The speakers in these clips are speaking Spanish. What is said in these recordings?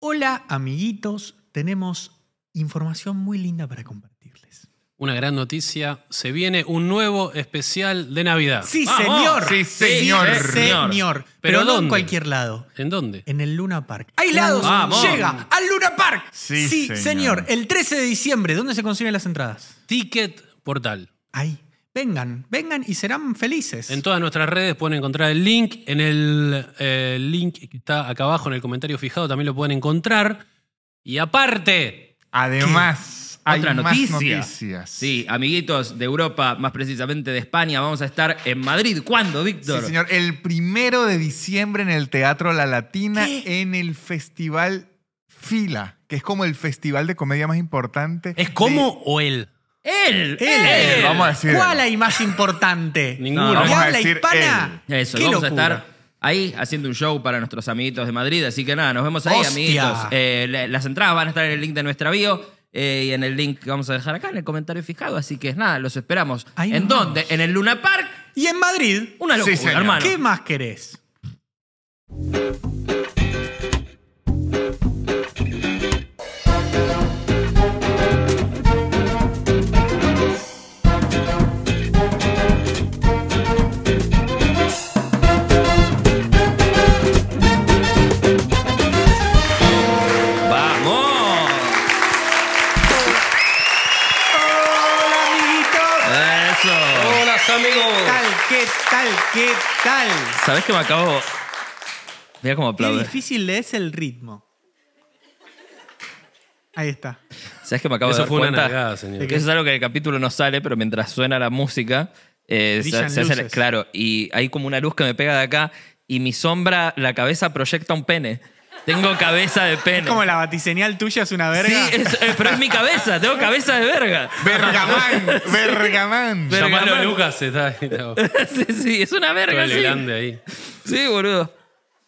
Hola amiguitos, tenemos información muy linda para compartirles. Una gran noticia, se viene un nuevo especial de Navidad. Sí, ¡Vamos! señor. Sí, señor. Sí, señor. Señor. Pero, ¿Pero no en dónde? cualquier lado. ¿En dónde? En el Luna Park. ¡Hay lados! Vamos. ¡Llega al Luna Park! Sí, señor. señor. El 13 de diciembre, ¿dónde se consiguen las entradas? Ticket Portal. Ahí. Vengan, vengan y serán felices. En todas nuestras redes pueden encontrar el link. En el eh, link que está acá abajo en el comentario fijado también lo pueden encontrar. Y aparte, Además, hay Otra más noticia. noticias. Sí, amiguitos de Europa, más precisamente de España, vamos a estar en Madrid. ¿Cuándo, Sí, Víctor? señor. El primero de diciembre en el Teatro La Latina, en el Festival Fila, que es como el festival de comedia más importante. ¿es de- como o él? ¡Él! Él. Él, vamos a decir. ¿Cuál hay más importante? eh, Ninguno. ¿De Vamos a habla decir hispana? Eso, ¡Qué vamos locura! a estar ahí haciendo un show para nuestros amiguitos de Madrid. Así que nada, nos vemos ahí, Hostia. amiguitos. Eh, la- las entradas van a estar en el link de nuestra bio eh, y en el link que vamos a dejar acá en el comentario fijado. Así que nada, los esperamos. Ahí ¿En nos dónde? En el Luna Park. Y en Madrid, Una Sí, locura, señor. hermano. ¿qué más querés? ¡Vamos! Hola, amiguitos. ¡Eso! Hola amigos. Tal, ¿Qué tal? ¿Qué tal? ¿Sabés que me acabo...? Mira cómo Qué aplaude. difícil es el ritmo. Ahí está. ¿Sabes que me acabo Eso de dar fue una cuenta? nalgada, señor. Que eso es algo que en el capítulo no sale, pero mientras suena la música, eh, se, Brillan se hace. luces. Claro, y hay como una luz que me pega de acá y mi sombra, la cabeza proyecta un pene. Tengo cabeza de pene. Como la batiseñal tuya es una sí, verga. es- eh, pero es mi cabeza, tengo cabeza de verga. Bergamán, Bergamán. Ver- Llamalo a Bergamán. Lucas, está ahí. está- sí, sí, es una verga. el Sí. grande ahí. sí, boludo.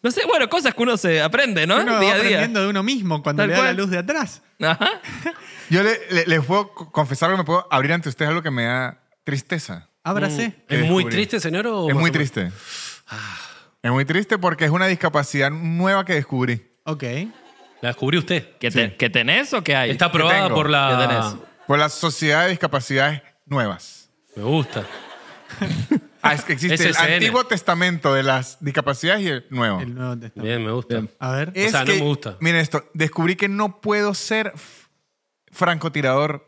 No sé, bueno, cosas que uno se aprende, ¿no? Uno día va a día. aprendiendo de uno mismo cuando Tal le da la cual. luz de atrás. Ajá. Yo le- le- les puedo co- confesar que me puedo abrir ante ustedes algo que me da tristeza. Ábrase. ¿Es Eh, muy descubrí. triste, señor? Oh, o Es más muy o menos? triste. Ah. Es muy triste porque es una discapacidad nueva que descubrí. Ok. La descubrió usted. ¿Que, te- que tenés o qué hay? Está aprobada tengo. por ¿Qué la. tenés? Por la Sociedad de Discapacidades Nuevas. Me gusta. Ah, es que existe el SSN. Antiguo Testamento de las discapacidades y el Nuevo. El Nuevo Testamento. Bien, me gusta. Bien. A ver. Eh, sea, no me gusta. Miren esto, descubrí que no puedo ser f- francotirador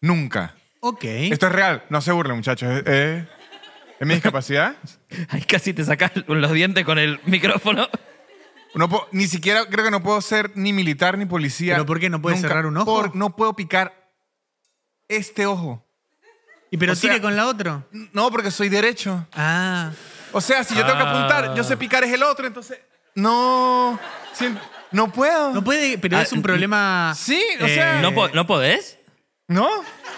nunca. Ok. Esto es real, no se burlen, muchachos. Eh, eh, es mi discapacidad. Ay, casi te sacás los dientes con el micrófono. No puedo- ni siquiera creo que no puedo ser ni militar ni policía. ¿Pero por qué? ¿No puedes cerrar un ojo? Por- no puedo picar este ojo. ¿Y pero o sea- tire con la otra? No, porque soy derecho. Ah. O sea, si yo tengo que apuntar, yo sé picar es el otro, entonces. No. sí, no puedo. No puede, pero Ah, es un problema. eh, Sí, o sea. ¿No, po- ¿No podés? No,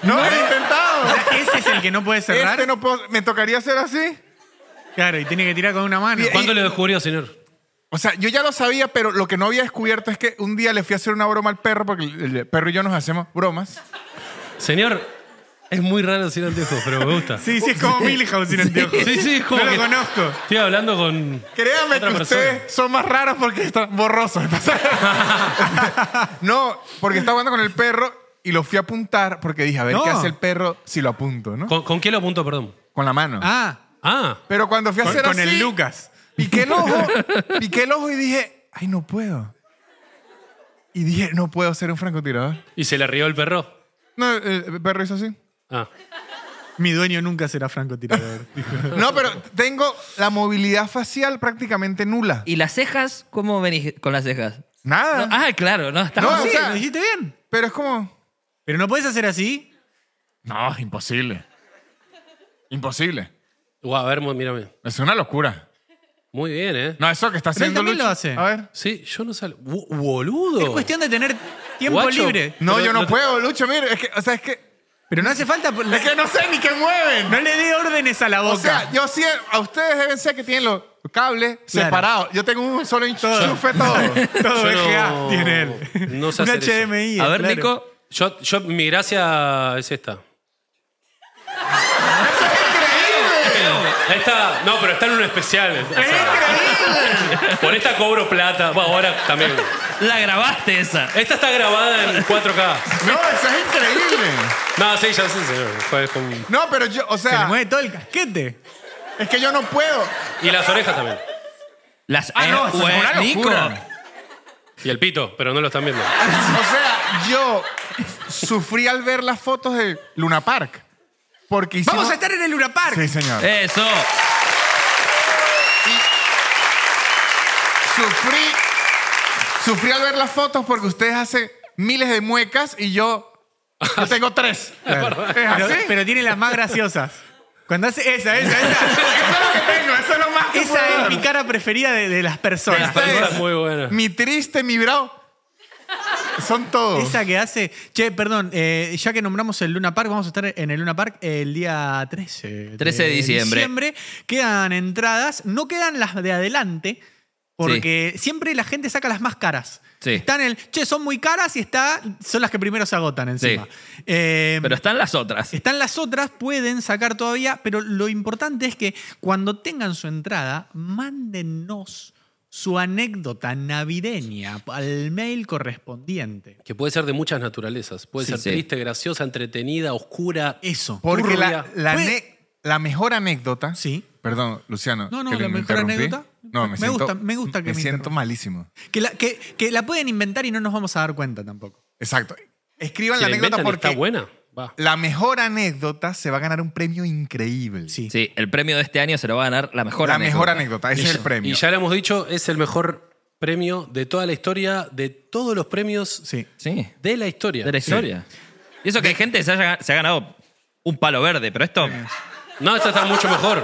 no, ¿Eh? he intentado. Ese es el que no puede cerrar. Este no puedo- me tocaría hacer así. Claro, y tiene que tirar con una mano. Bien. ¿Cuándo lo descubrió, señor? O sea, yo ya lo sabía, pero lo que no había descubierto es que un día le fui a hacer una broma al perro, porque el el perro y yo nos hacemos bromas. Señor, es muy raro sin anteojos, pero me gusta. Sí, sí, es como Milhouse sin anteojos. Sí, sí, es como No lo que- conozco. Estoy hablando con. Créanme otra que persona. ustedes son más raros porque están borrosos. no, porque estaba jugando con el perro y lo fui a apuntar porque dije, a ver No. qué hace el perro si lo apunto, ¿no? Con, ¿Con, con qué lo apunto, perdón? la mano. Ah, Ah, Pero cuando fui a con, hacer con así, el Lucas. piqué el ojo, piqué el ojo y dije, ay, no puedo. Y dije, no puedo ser un francotirador. y se le rió el perro. No, el perro hizo así. Ah, Mi dueño nunca será francotirador. No, pero tengo la movilidad facial prácticamente nula. ¿Y las cejas? ¿Cómo venís con las cejas? Nada. No, ah, claro, no, está No, sí, o sea- lo hiciste bien. Pero es como. Pero no puedes hacer así. No, es imposible. Imposible. guau, a ver, mu- mírame. Es una locura. Muy bien, ¿eh? No, eso que está Pero él haciendo también Lucho- lo hace. A ver. Sí, yo no salgo. Bu- ¡Boludo! Es cuestión de tener tiempo Guacho. libre. No, Pero yo no lo- puedo, Lucho. Mire, es que, o sea, es que. Pero no hace falta. Es que no sé ni qué mueven. No le dé órdenes a la boca. O sea, yo sí, a ustedes deben ser que tienen los cables Claro. separados. Yo tengo un solo enchufe todo. Todo Yo VGA no- tiene él. no sé Un hacer eso. HDMI. A ver, claro. Nico. Yo, yo, mi gracia es esta. ¡Eso es increíble! Esta, no, pero está en un especial. o sea, por esta cobro plata. Bueno, ahora también. La grabaste esa. Esta está grabada en 4K. No, eso es increíble. No, sí, ya sí, señor. Fue con- No, pero yo, o Se le sea, mueve todo el casquete. es que yo no puedo. Y las orejas también. Las eh, Ah, no, eso es güey, una locura. Y el pito, pero no lo están viendo. O sea, yo sufrí al ver las fotos de Luna Park. Porque hicimos... Vamos a este! Eh. estar en el Luna Park. Sí, señor. Eso. Sufrí, sufrí al ver las fotos porque ustedes hacen miles de muecas y yo, yo tengo tres. ¿Es Pero, así? pero tiene las más graciosas. Cuando hace esa, esa, esa. eso es lo que tengo, eso es lo más que puedo Esa dar. es mi cara preferida de, de las Las personas. Esta Esa es- es muy buena. Mi triste, mi bravo. Son todos. Esa que hace. Che, perdón, eh, ya que nombramos el Luna Park, vamos a estar en el Luna Park el día 13. 13 de diciembre. Quedan entradas, no quedan las de adelante, porque siempre la gente saca las más caras. Sí. Están el. Che, son muy caras y está, son las que primero se agotan encima. Eh, Pero están las otras. están las otras, pueden sacar todavía, pero lo importante es que cuando tengan su entrada, mándennos su anécdota navideña al mail correspondiente. Que puede ser de muchas naturalezas. Puede Sí, ser sí. triste, graciosa, entretenida, oscura. Eso. Porque la, Turbia. la Fue- ne- la mejor anécdota. Sí. Perdón, Luciano. No, no, que le la mejor interrumpí. anécdota. No, me, Me siento, gusta, me gusta que me siento interrumpa. malísimo. Que la, que, que la pueden inventar y no nos vamos a dar cuenta tampoco. Exacto. Escriban Si la la anécdota inventan y está porque buena. Va. la mejor anécdota se va a ganar un premio increíble. Sí. Sí, el premio de este año se lo va a ganar la mejor la anécdota. mejor anécdota, ese es el premio. Y ya lo hemos dicho, es el mejor premio de toda la historia, de todos los premios Sí. Sí. de la historia. De la historia. Y eso que hay gente que se, haya- se ha ganado un palo verde, pero esto. No, esta está mucho mejor. No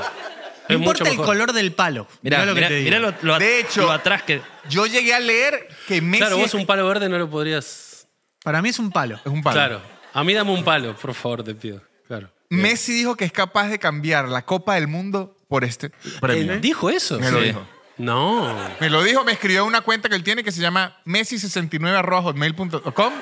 Es mucho importa el mejor. color del palo. Mirá, Mirá lo que mirá- te digo. mirá lo, lo at- De hecho- lo atrás que. Yo llegué a leer que Messi Claro, es, vos un palo verde no lo podrías. Para mí es un palo. es un palo. Claro. A mí dame un palo, por favor, te pido. Claro. Messi dijo que es capaz de cambiar la Copa del Mundo por este premio. ¿Él dijo eso? Me lo Sí. dijo. No. Me lo dijo, me escribió una cuenta que él tiene que se llama messi69.hotmail.com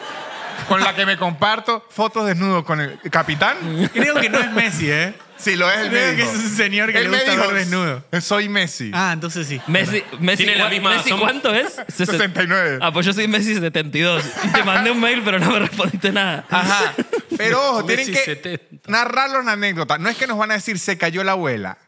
con la que me comparto fotos desnudo con el capitán. Creo que no es Messi, ¿eh? Si lo es, él me Creo que dijo. es un señor que Él le me gusta dijo, ver desnudo. Soy Messi. Ah, entonces sí. Messi, Messi, Tiene la ¿cuá- misma- Messi son- ¿cuánto es? Sesen- 69. Ah, pues yo soy Messi 72. Y te mandé un mail, pero no me respondiste nada. Ajá. Pero ojo, tienen Messi que 70. narrarlo en anécdota. No es que nos van a decir se cayó la abuela.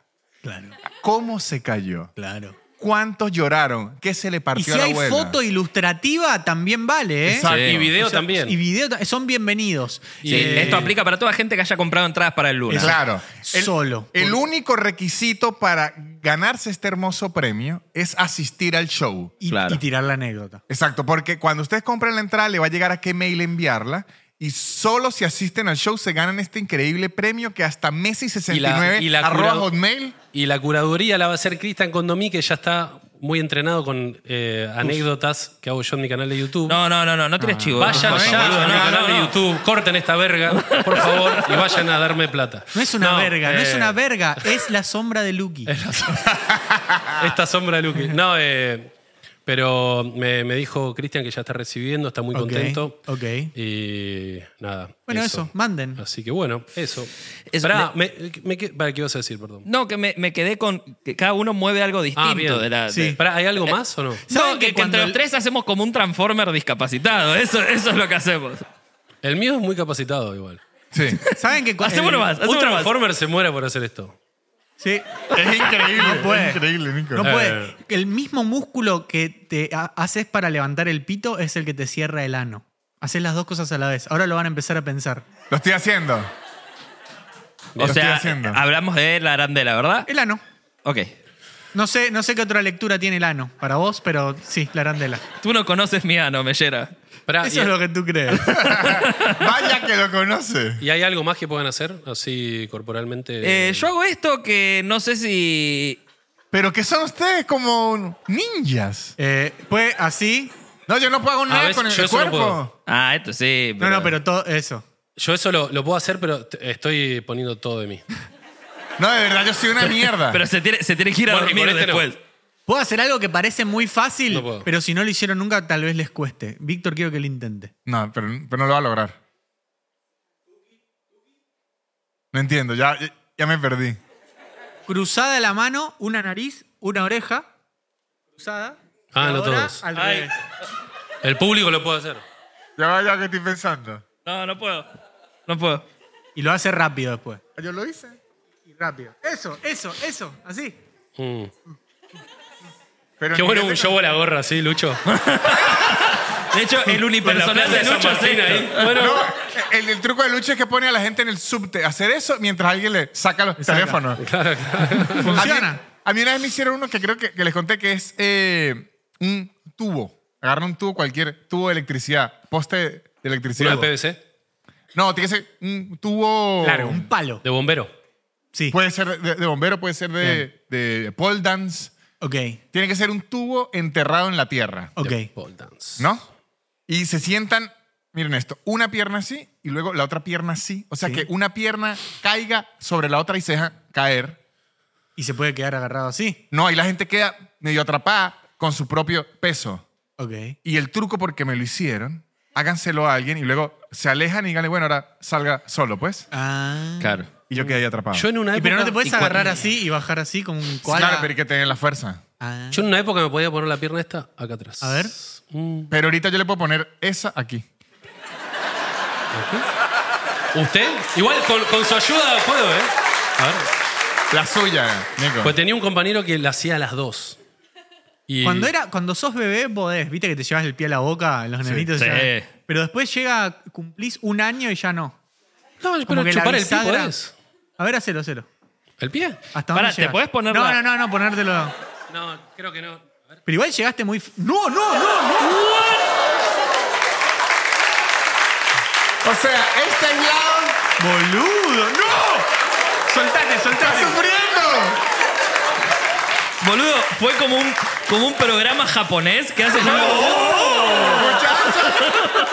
Claro, ¿Cómo se cayó? claro. ¿Cuántos lloraron? ¿Qué se le Y partió si a la hay abuela? foto ilustrativa, también vale, ¿eh? Exacto. Ah, Y video O sea, también. Y video ta- son bienvenidos. Sí, Eh, esto aplica para toda gente que haya comprado entradas para el lunes. Claro. Solo. Pues- El único requisito para ganarse este hermoso premio es asistir al show. Y, Claro. y tirar la anécdota. Exacto, porque cuando ustedes compren la entrada le va a llegar a qué mail enviarla y solo si asisten al show se ganan este increíble premio que hasta Messi69 Y la- y la arroba curado- hotmail. Y la curaduría la va a hacer Cristian Condomí, que ya está muy entrenado con eh, anécdotas que hago yo en mi canal de YouTube. No, no, no, no, no tires chivo. Vayan Por favor, ya boludo, a mi no, canal no, de no. YouTube, corten esta verga, por favor, y vayan a darme plata. No es una verga, no es eh, una verga, es la sombra de Lucky. ah. Esta sombra, Luque. No, eh, pero me, me dijo Cristian que ya está recibiendo, está muy Ok, contento. ok. Y nada. Bueno, eso, manden. Así que bueno, eso. Eso, Pará, me- me que- pará, ¿qué ibas a decir, perdón? No, que me, me quedé con que cada uno mueve algo distinto Ah, bien. de la. de- Eh, Sí. Pará, ¿hay algo más o no? ¿Saben No, que, que que entre cuando- los tres hacemos como un transformer discapacitado. Eso, eso es lo que hacemos. El mío es muy capacitado igual. Sí. ¿Saben que cu- Hacemos el- nomás. Un Hacemos nomás. Transformer se muera por hacer esto. Sí, Es increíble. No puede. Es increíble, Nico. no Eh. puede. El mismo músculo que te ha- haces para levantar el pito es el que te cierra el ano. Haces las dos cosas a la vez. Ahora lo van a empezar a pensar. Lo estoy haciendo. Lo O estoy sea, haciendo. hablamos de la arandela, ¿verdad? El ano. Ok. No sé, no sé qué otra lectura tiene el ano para vos, pero sí, la arandela. Tú no conoces mi ano, Mellera. Pará, Eso Ah, y- es lo que tú crees. Vaya que lo conoce. ¿Y hay algo más que puedan hacer así corporalmente? Eh, yo hago esto que no sé si. Pero que son ustedes como ninjas. Eh, pues así. No, yo no puedo hacer nada veces con el yo eso no cuerpo. puedo. Ah, esto sí. No, no, pero todo eso. Yo eso lo, lo puedo hacer, pero t- estoy poniendo todo de mí. No, de verdad, yo soy una mierda. Pero se tiene, se tiene que ir a Bueno, y con dormir este no. después. Puedo hacer algo que parece muy fácil, No puedo. pero si no lo hicieron nunca, tal vez les cueste. Víctor, quiero que lo intente. No, pero, pero no lo va a lograr. No entiendo, ya, ya me perdí. cruzada la mano, una nariz, una oreja, cruzada. Ah, y no ahora todos. al Ay. revés. El público lo puede hacer. Ya va, ya que estoy pensando. No, no puedo. No puedo. Y lo hace rápido después. Yo lo hice. Y rápido. Eso, eso, eso, así. Mm. Pero Qué ni bueno que un te- show a la gorra, ¿sí, Lucho? De hecho, el Con la unipersonal plaza de San Lucho es Martín esto. ahí. Bueno, No, el, el truco de lucha es que pone a la gente en el subte. Hacer eso mientras alguien le saca los teléfonos. claro, claro. Funciona. A mí, a mí una vez me hicieron uno que creo que, que les conté que es eh, un tubo. Agarran un tubo cualquier, tubo de electricidad, poste de electricidad. Una PVC No, tiene que ser un tubo. Claro, un palo. de bombero. Sí. Puede ser de, de bombero, puede ser de, de pole dance. Ok, Tiene que ser un tubo enterrado en la tierra, ok. De pole dance. ¿no? Y se sientan, miren esto, una pierna así y luego la otra pierna así. O sea Sí. que una pierna caiga sobre la otra y se deja caer. Y se puede quedar agarrado así. No, ahí la gente queda medio atrapada con su propio peso. Ok. Y el truco, porque me lo hicieron, háganselo a alguien y luego se alejan y díganle, bueno, ahora salga solo, pues. Ah. Claro. Y yo quedé ahí atrapado. Yo en una Y época. pero no te puedes ¿Y cuál- agarrar así y bajar así como un koala. Claro, pero hay que tener la fuerza. Ah. Yo en una época me podía poner la pierna esta acá atrás. A ver. Mm. Pero ahorita yo le puedo poner esa aquí. ¿Usted? Igual con, con su ayuda puedo, ¿eh? A ver. La suya, Nico. Pues tenía un compañero que la hacía a las dos. Y- Cuando, era, cuando sos bebé podés, viste que te llevas el pie a la boca, los nenitos. Sí. ya- Pero después llega, cumplís un año y ya no. No, Como pero que la chupar el pie bisagra- podés. A ver, hacelo, hacelo. ¿El pie? ¿Hasta Pará, dónde ¿te llegas? podés poner No, no, la- no, no, ponértelo. No, creo que no. Pero igual llegaste muy... f- No, no, no, no. O sea, este aislado ¡Boludo! ¡No! ¡Soltate, está soltate! sufriendo. Boludo, fue como un, como un programa japonés que hace. Muchachos,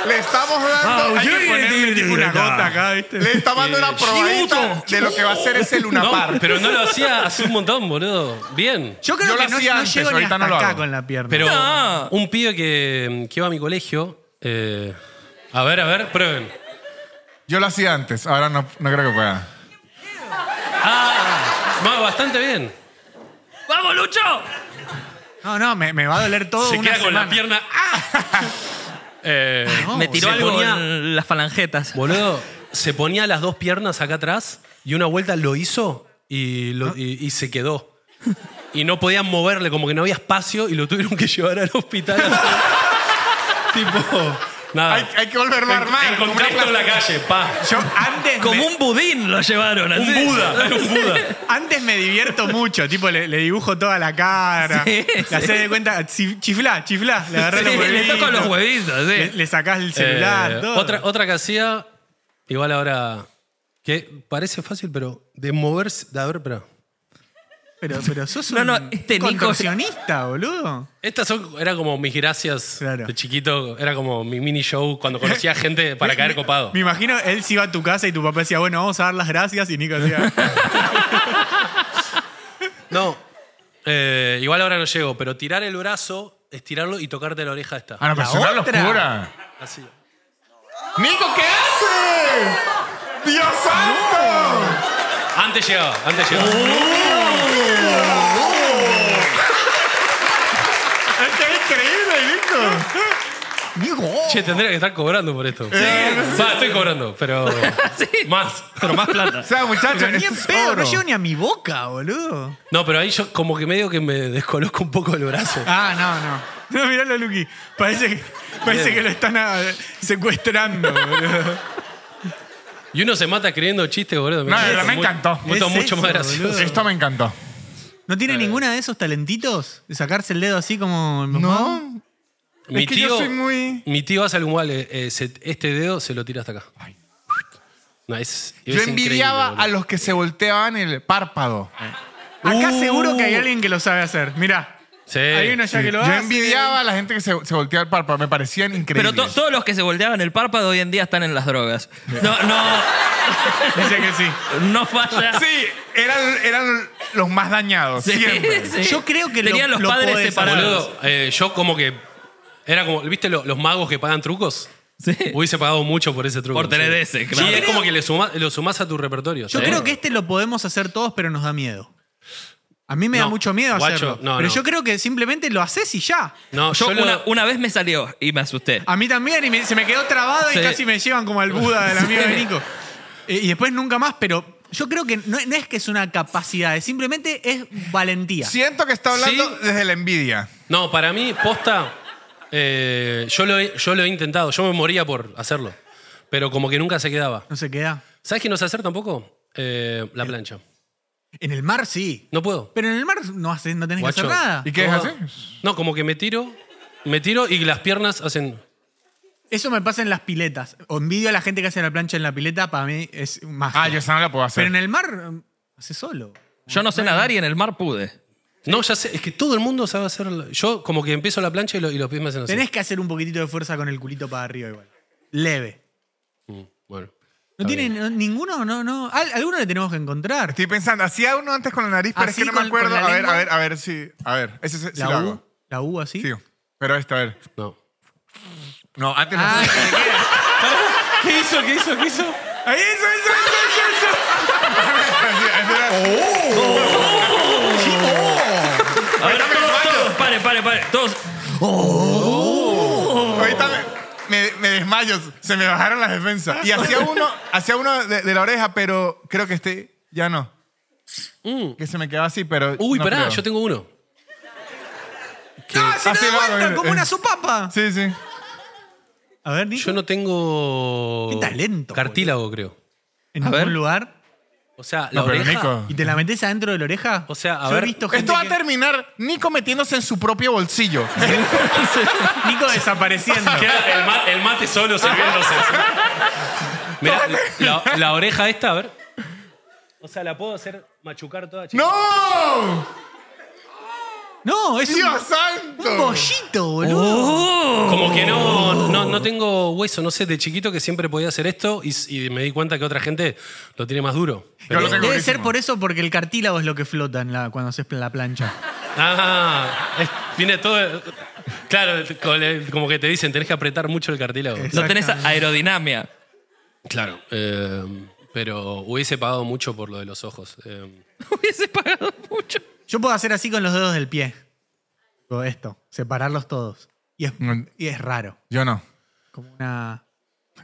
le estamos Ah, dando... Hay que yo- ponerle tipo una gota acá, ¿viste? Le está dando una probadita Chibuto. de lo que va a ser ese eh, No, lunapar. pero no lo hacía hace un montón, boludo. Bien. Yo creo Yo lo que no, hacía no antes, llego ni ahorita hasta no lo acá hago. con la pierna. Pero No. un pibe que, que iba a mi colegio. eh, a ver, a ver, prueben. Yo lo hacía antes, ahora no, no creo que pueda. Ah, va bastante bien. ¡Vamos, Lucho! No, no, me, me va a doler todo Se una queda con la semana. pierna. ¡Ah! Eh, No, Me tiró se algo ponía- en las falangetas. Boludo, se ponía las dos piernas acá atrás y una vuelta lo hizo y, lo- y- y se quedó. Y no podían moverle, como que no había espacio y lo tuvieron que llevar al hospital. tipo, nada. Hay, hay que volverlo a armar. como Encontré una esto Ah. en la calle, pa. Yo antes Como me, un budín lo llevaron. así. Un Buda, era un Buda. antes me divierto mucho, tipo le, le dibujo toda la cara, Sí, le haces de cuenta, chi- chiflá, chiflá, le agarrás Sí, los le huevitos, toco los huevitos, sí. le, le sacás el celular, Eh, todo. otra, otra que hacía, igual ahora, que parece fácil, pero de moverse. A ver, espera. Pero, pero sos No, un no, este Nico- contorsionista, boludo. Estas son, era como mis gracias Claro. de chiquito, era como mi mini show cuando conocía gente para caer copado. Me imagino él se iba a tu casa y tu papá decía, bueno, vamos a dar las gracias y Nico decía, No, eh, igual ahora no llego, pero tirar el brazo, estirarlo y tocarte la oreja esta. Ah, no, pero La es una otra. locura. Así. ¡Nico, qué haces! ¡Dios santo! Antes llegaba, antes llegaba. Uh. ¡Esto "Este es increíble, Nico! ¡Nico! Che, tendría que estar cobrando por esto. Va, estoy cobrando, pero más. Pero más plata. O sea, muchachos, Pero ni esto en es pedo, oro. no llego ni a mi boca, boludo. No, pero ahí yo como que medio que me descoloco un poco el brazo. Ah, no, no. No, miralo, Luqui. Parece que, parece que lo están ah, secuestrando, boludo. Y uno se mata creyendo chistes, boludo. No, parece pero me muy- encantó. Mucho, Es mucho eso, más gracioso. boludo. Esto me encantó. ¿No tiene ninguna de esos talentitos? De sacarse el dedo así como. mi mamá? No, Mi es que tío, yo soy muy... mi tío hace algo igual. eh, eh, se- este dedo se lo tira hasta acá. No, es, Yo es envidiaba increíble, a los que se volteaban el párpado. Acá Uh. seguro que hay alguien que lo sabe hacer. Mirá. boludo. Eh, Sí. Hay uno ya que lo eh. Yo hace. envidiaba a la gente que se, se volteaba el párpado. Me parecían Pero increíbles. to- todos los que se volteaban el párpado hoy en día están en las drogas. No, no, Dice que sí. no falla. Sí, eran, eran los más dañados, Sí, siempre. sí. Yo creo que lo- Tenían los lo padres podés separados. Boludo, eh, yo como que. Era como. ¿Viste lo- los magos que pagan trucos? Sí. Hubiese pagado mucho por ese truco. Por tener ese, claro. Sí, Yo es creo- como que le suma- lo sumás a tu repertorio. Yo ¿sí? creo que este lo podemos hacer todos, pero nos da miedo. A mí me da No, mucho miedo guacho, hacerlo. no, pero no. yo creo que simplemente lo haces y ya. No, Yo yo, lo- una, una vez me salió y me asusté. A mí también, y me- se me quedó trabado Sí. y casi me llevan como al Buda del amigo de Nico. Eh, Y, después nunca más, pero yo creo que no, no es que es una capacidad, es simplemente es valentía. Siento que está hablando Sí. desde la envidia. No, para mí, posta, eh, yo, lo he, yo lo he intentado, yo me moría por hacerlo, pero como que nunca se quedaba. No se queda. ¿Sabes qué no sé hacer tampoco? Eh, la plancha. En el mar sí. No puedo. Pero en el mar no, haces, no tenés Guacho. que hacer nada. ¿Y qué es Como- así? No, como que me tiro, me tiro y las piernas hacen... Eso me pasa en las piletas. O envidio a la gente que hace la plancha en la pileta, para mí es más. Ah, yo esa no la puedo hacer. Pero en el mar, mm, hace solo. Yo no sé nadar y en el mar pude. No, ya sé, es que todo el mundo sabe hacer... Yo como que empiezo la plancha y, lo- y los pies me hacen así. Tenés que hacer un poquitito de fuerza con el culito para arriba igual. Leve. Mm, bueno. No Está tiene no- ninguno, no, no. Al- alguno le tenemos que encontrar. Estoy pensando, hacía uno antes con la nariz, pero es Así que no con- me acuerdo. con la A ver, lengua. a ver, a ver, sí. A ver, ese sí, sí lo La U, hago. la U así. Sí, pero esta, a ver. No. No, antes no. Ah, que te quede. ¿Qué hizo? ¿Qué hizo? ¿Qué hizo? Ahí, eso, eso, eso, eso, eso. A ver, todos, todos, pare, pare, pare. Todos. Ahorita me, me- me desmayo, se me bajaron las defensas. Y hacía uno, hacía uno de, de la oreja, pero creo que este ya no. Que se me quedaba así, pero. Mm. Uy, no pará, creo. yo tengo uno. Ah, se Así te da lo hago, vuelta, mira. como una sopapa. Sí, sí. A ver, Nico. Yo no tengo... Qué talento, Cartílago, creo. en A algún ver. lugar. O sea, la No, pero oreja... Nico. ¿Y te la metes adentro de la oreja? O sea, a Yo ver, He visto gente Esto va a que- terminar Nico metiéndose en su propio bolsillo. Nico desapareciendo. Queda el, ma- el mate solo Ah. sirviéndose. Mirá, la, la oreja esta, a ver. O sea, la puedo hacer machucar toda chica. ¡No! no, es un- ¡Dios un, santo! bollito, Oh. boludo. Como que no, no, no tengo hueso. No sé, de chiquito que siempre podía hacer esto y, s- y me di cuenta que otra gente lo tiene más duro. Yo lo tengo Debe buenísimo. ser por eso, porque el cartílago es lo que flota en la- cuando haces la plancha. Ah, es- viene todo... Claro, con el- como que te dicen, tenés que apretar mucho el cartílago. No tenés aerodinámica. Claro. eh, pero hubiese pagado mucho por lo de los ojos. eh. Hubiese pagado mucho. Yo puedo hacer así con los dedos del pie. Todo esto, separarlos todos. Y es, Mm. y es raro. Yo no. Como una.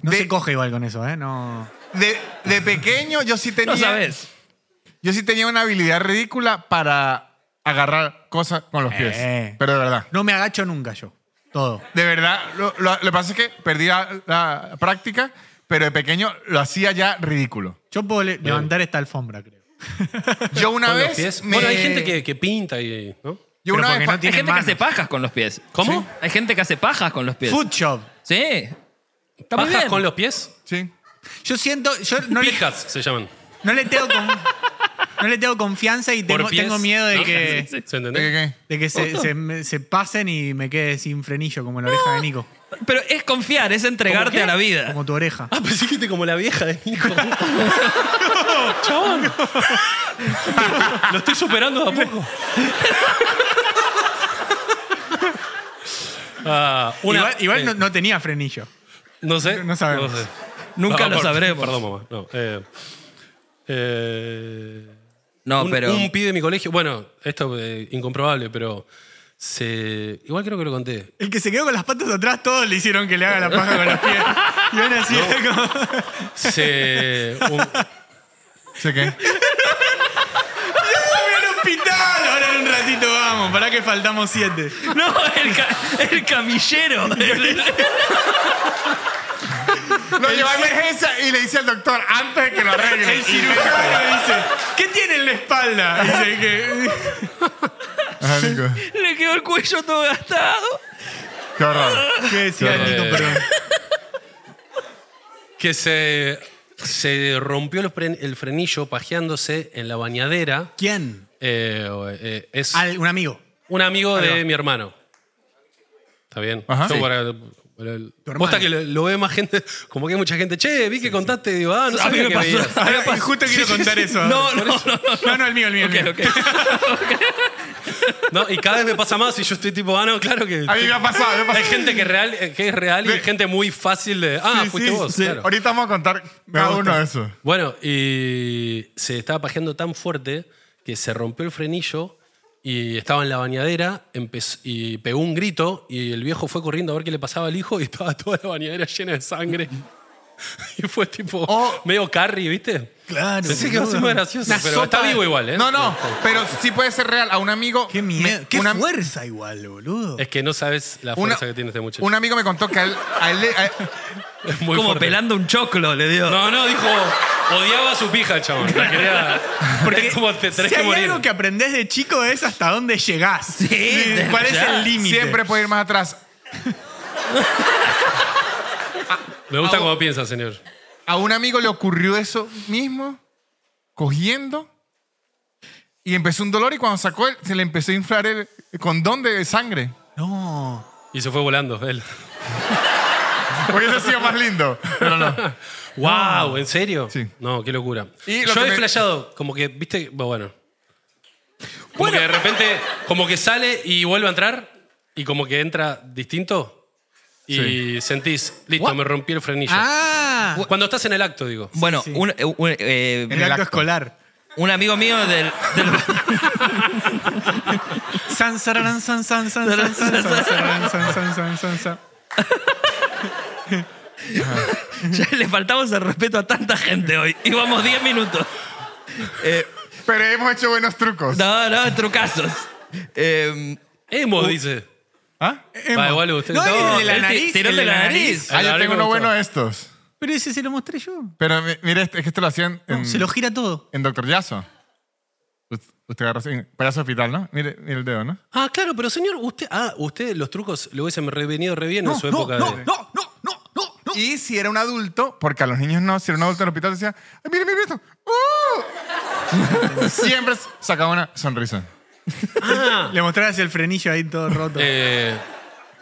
No De- se coge igual con eso, ¿eh? No. De, de pequeño yo sí tenía. No sabes. Yo sí tenía una habilidad ridícula para agarrar cosas con los pies. Eh. Pero de verdad. No me agacho nunca yo. Todo. De verdad, lo, lo- lo que pasa es que perdí la, la práctica, pero de pequeño lo hacía ya ridículo. Yo puedo le- levantar esta alfombra, creo. Yo una Con los vez. pies. me- Bueno, hay gente que, que pinta y. ¿no? Yo Pero una porque vez. no pa- tiene- Hay gente manos. que hace pajas con los pies. ¿Cómo? Sí. Hay gente que hace pajas con los pies. Food shop. Sí. Está muy ¿Pajas bien. con los pies? Sí. Yo siento. Yo no le, Pijas se llaman. no le tengo. con- no le tengo confianza y tengo, Por pies. tengo miedo de ¿no? que. ¿Se ¿De entendés? qué, qué? De que se, se me- se pasen y me quede sin frenillo, como la oreja de Nico. Pero es confiar, es entregarte a la vida. Como tu oreja. Ah, pensé que te como la vieja de Nico. Chabón. Lo estoy superando de a poco. Ah, una- igual igual eh, no, no tenía frenillo. no sé. no sabemos. sé. Nunca No, lo por- sabremos. Perdón, mamá. No, eh, eh, No, un, pero. un pibe de mi colegio, bueno, esto es incomprobable, pero se, igual creo que lo conté. El que se quedó con las patas atrás, todos le hicieron que le haga la paja con los pies. Y aún así era como- Se, un- ¿Sí qué? ¡Voy al hospital! Ahora en un ratito vamos, para que faltamos siete. No, el, ca- el camillero. Lo llevó a emergencia y le dice al doctor antes de que lo arregle. El cirujano dice, ¿qué tiene en la espalda? Dice que... Ajá, Nico. Le quedó el cuello todo gastado. Qué horror. ¿Qué decía Eh, Nico? Perdón. que se, se rompió los fren- el frenillo pajeándose en la bañadera. ¿Quién? Eh, o, eh, es Al- un amigo. un amigo de mi hermano. ¿Está bien? Ajá. Yo Sí. para- para el- hermano. posta que lo, lo ve más gente, como que hay mucha gente, che, vi que contaste, digo, ah, no A mí sabía me que pasó. veías". A mí me pasó. Eh, Justo quiero contar eso. No, no, no. No, no, el mío, el mío. el Ok, mío. ok. No, y cada vez me pasa más y yo estoy tipo, ah, no, claro que... A mí me ha pasado, me ha pasado. Hay gente que, real, eh, que es real y hay gente muy fácil de, ah, Sí, fuiste sí, vos, sí. claro. Ahorita vamos a contar cada uno de esos. Bueno, y se estaba pajeando tan fuerte que se rompió el frenillo y estaba en la bañadera empezó- y pegó un grito y el viejo fue corriendo a ver qué le pasaba al hijo y estaba toda la bañadera llena de sangre. Y fue tipo Oh. medio carry, ¿viste? Claro. Pensé que iba a ser más gracioso, Una pero está sota de- vivo igual, ¿eh? No, no, pero sí puede ser real. A un amigo. Qué me- miedo. Qué una- fuerza igual, boludo. Es que no sabes la una- fuerza que tiene este muchacho. Un amigo me contó que a él. a él le- a- Es muy Como fuerte. pelando un choclo, le digo. No, no, dijo, odiaba a su pija, chabón. La quería- Porque es como te tenés si que hay morir. algo que aprendés de chico es hasta dónde llegás. desde ¿Cuál es allá. el límite? siempre puede ir más atrás. Me gusta cómo piensa, señor. A un amigo le ocurrió eso mismo, cogiendo, y empezó un dolor. Y cuando sacó, él, se le empezó a inflar el condón de sangre. No. Y se fue volando él. Porque eso ha sido más lindo. Pero no. ¡Wow! ¿En serio? Sí. No, qué locura. Y lo Yo que he me- flasheado, como que, viste, bueno. bueno. Como que de repente, como que sale y vuelve a entrar, y como que entra distinto, y sentís, listo, me rompí el frenillo. Ah. Cuando estás en el acto, digo. Bueno, sí. un, eh, un, eh, El acto escolar. un amigo mío del, del- San sararán, san san san san san san sararán, san san san san san. ya le faltamos el respeto a tanta gente hoy. Íbamos 10 minutos. Pero hemos hecho buenos trucos. No, no, trucazos. Em, Eh, Emo, dice. ¿ah Va, igual usted. Uh, eh. No, el de él la te- nariz. tiró el de la nariz. Ah, El yo abrigo tengo uno me bueno gustó. de estos. Pero ese se lo mostré yo. Pero mi- mira, este- es que esto lo hacían No, en, se lo gira todo. en Doctor Yaso. Us- Usted agarra así, en payaso hospital, ¿no? Mire, mire el dedo, ¿no? Ah, claro, pero señor, usted, ah, usted los trucos lo hubiesen revenido re bien en su época de. no, no, no, no, no. Y si era un adulto, porque a los niños no, si era un adulto en el hospital decía, "Ay, mire, mire esto. ¡Uh!" Siempre s- sacaba una sonrisa. Ah, Le mostrarás el frenillo ahí todo roto. eh,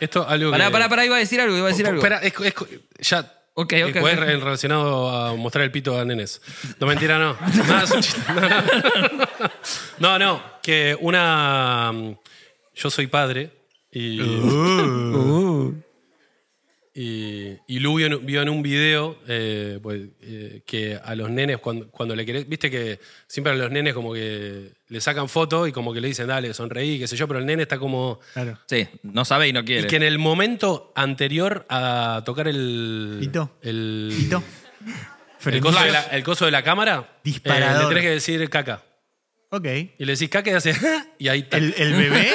esto algo Pará, que- pará, pará, iba a decir algo, iba a decir algo. Espera, es, es- ya. Ok, eh, ok, pues, ok. en relacionado a mostrar el pito a nenes. No, mentira, no. Nada, es un chiste. No, no, que una. mm, Yo soy padre y. Y, y Lu vio en, vio en un video eh, pues, eh, que a los nenes, cuando, cuando le querés, viste que siempre a los nenes como que le sacan fotos y como que le dicen, dale, sonreí, qué sé yo, pero el nene está como Claro. sí, no sabe y no y quiere. que en el momento anterior a tocar el. Pito. El, Pito. el coso, de la, el coso de la cámara. Disparador. eh, le tenés que decir caca. Ok. Y le decís caca y hace. y ahí está. ¿El, el bebé?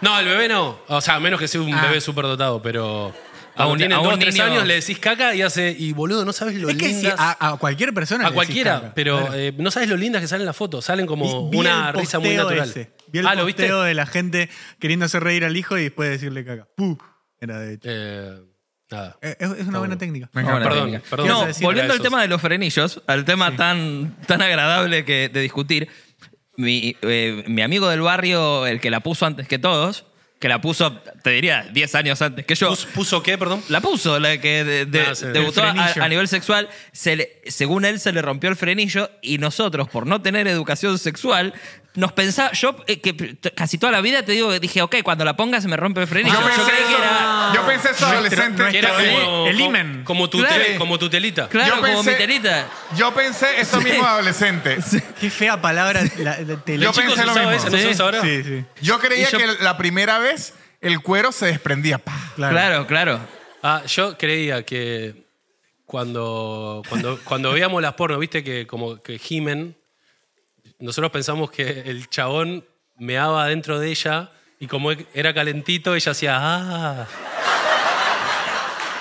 No, el bebé no. O sea, a menos que sea un Ah. bebé superdotado, pero. A cuando Ah, un- tiene a un dos, tres niño- años le decís caca y hace. Y boludo, no sabes lo es que lindas. si a, a cualquier persona. a le decís cualquiera, caca. pero Claro. eh, no sabes lo lindas que salen las fotos. Salen como Vi- vi una el risa muy posteo natural. ese. Vi el ah, ¿lo viste? posteo de la gente queriendo hacer reír al hijo y después decirle caca. ¡Puh! Era de hecho. Eh, nada. Eh, Es, es una buena técnica. Me Ahora, encanta. perdón, técnica. perdón. No, Ibas a decir volviendo para al esos. tema de los frenillos, al tema tan, tan agradable que, de discutir, mi, eh, mi amigo del barrio, el que la puso antes que todos, que la puso, te diría, 10 años antes que yo, ¿Puso, puso qué, perdón? la puso, la que de- de- Ah, sí. debutó El a, frenillo. a nivel sexual, se le- según él se le rompió el frenillo y nosotros, por no tener educación sexual, nos pensaba, yo eh, que t- casi toda la vida te digo, dije, ok, cuando la ponga se me rompe el frenillo. Yo pensé, creí que eso, era... yo pensé eso adolescente. nuestro- Que era Sí, como, el como- himen. Como, tu Claro. tele- como tu telita. Claro, Yo como pensé- mi telita. Yo pensé eso mismo adolescente. Qué fea palabra la, la tele- Yo Los chicos pensé lo usaban mismo. esa, ¿no se Sí. usa ahora? Sí, sí. Yo creía Y yo- que la primera vez el cuero se desprendía. pa. Claro. claro. claro. Ah, yo creía que cuando, cuando, cuando veíamos las porno, viste que como que gimen, nosotros pensamos que el chabón meaba dentro de ella y como era calentito, ella hacía ah.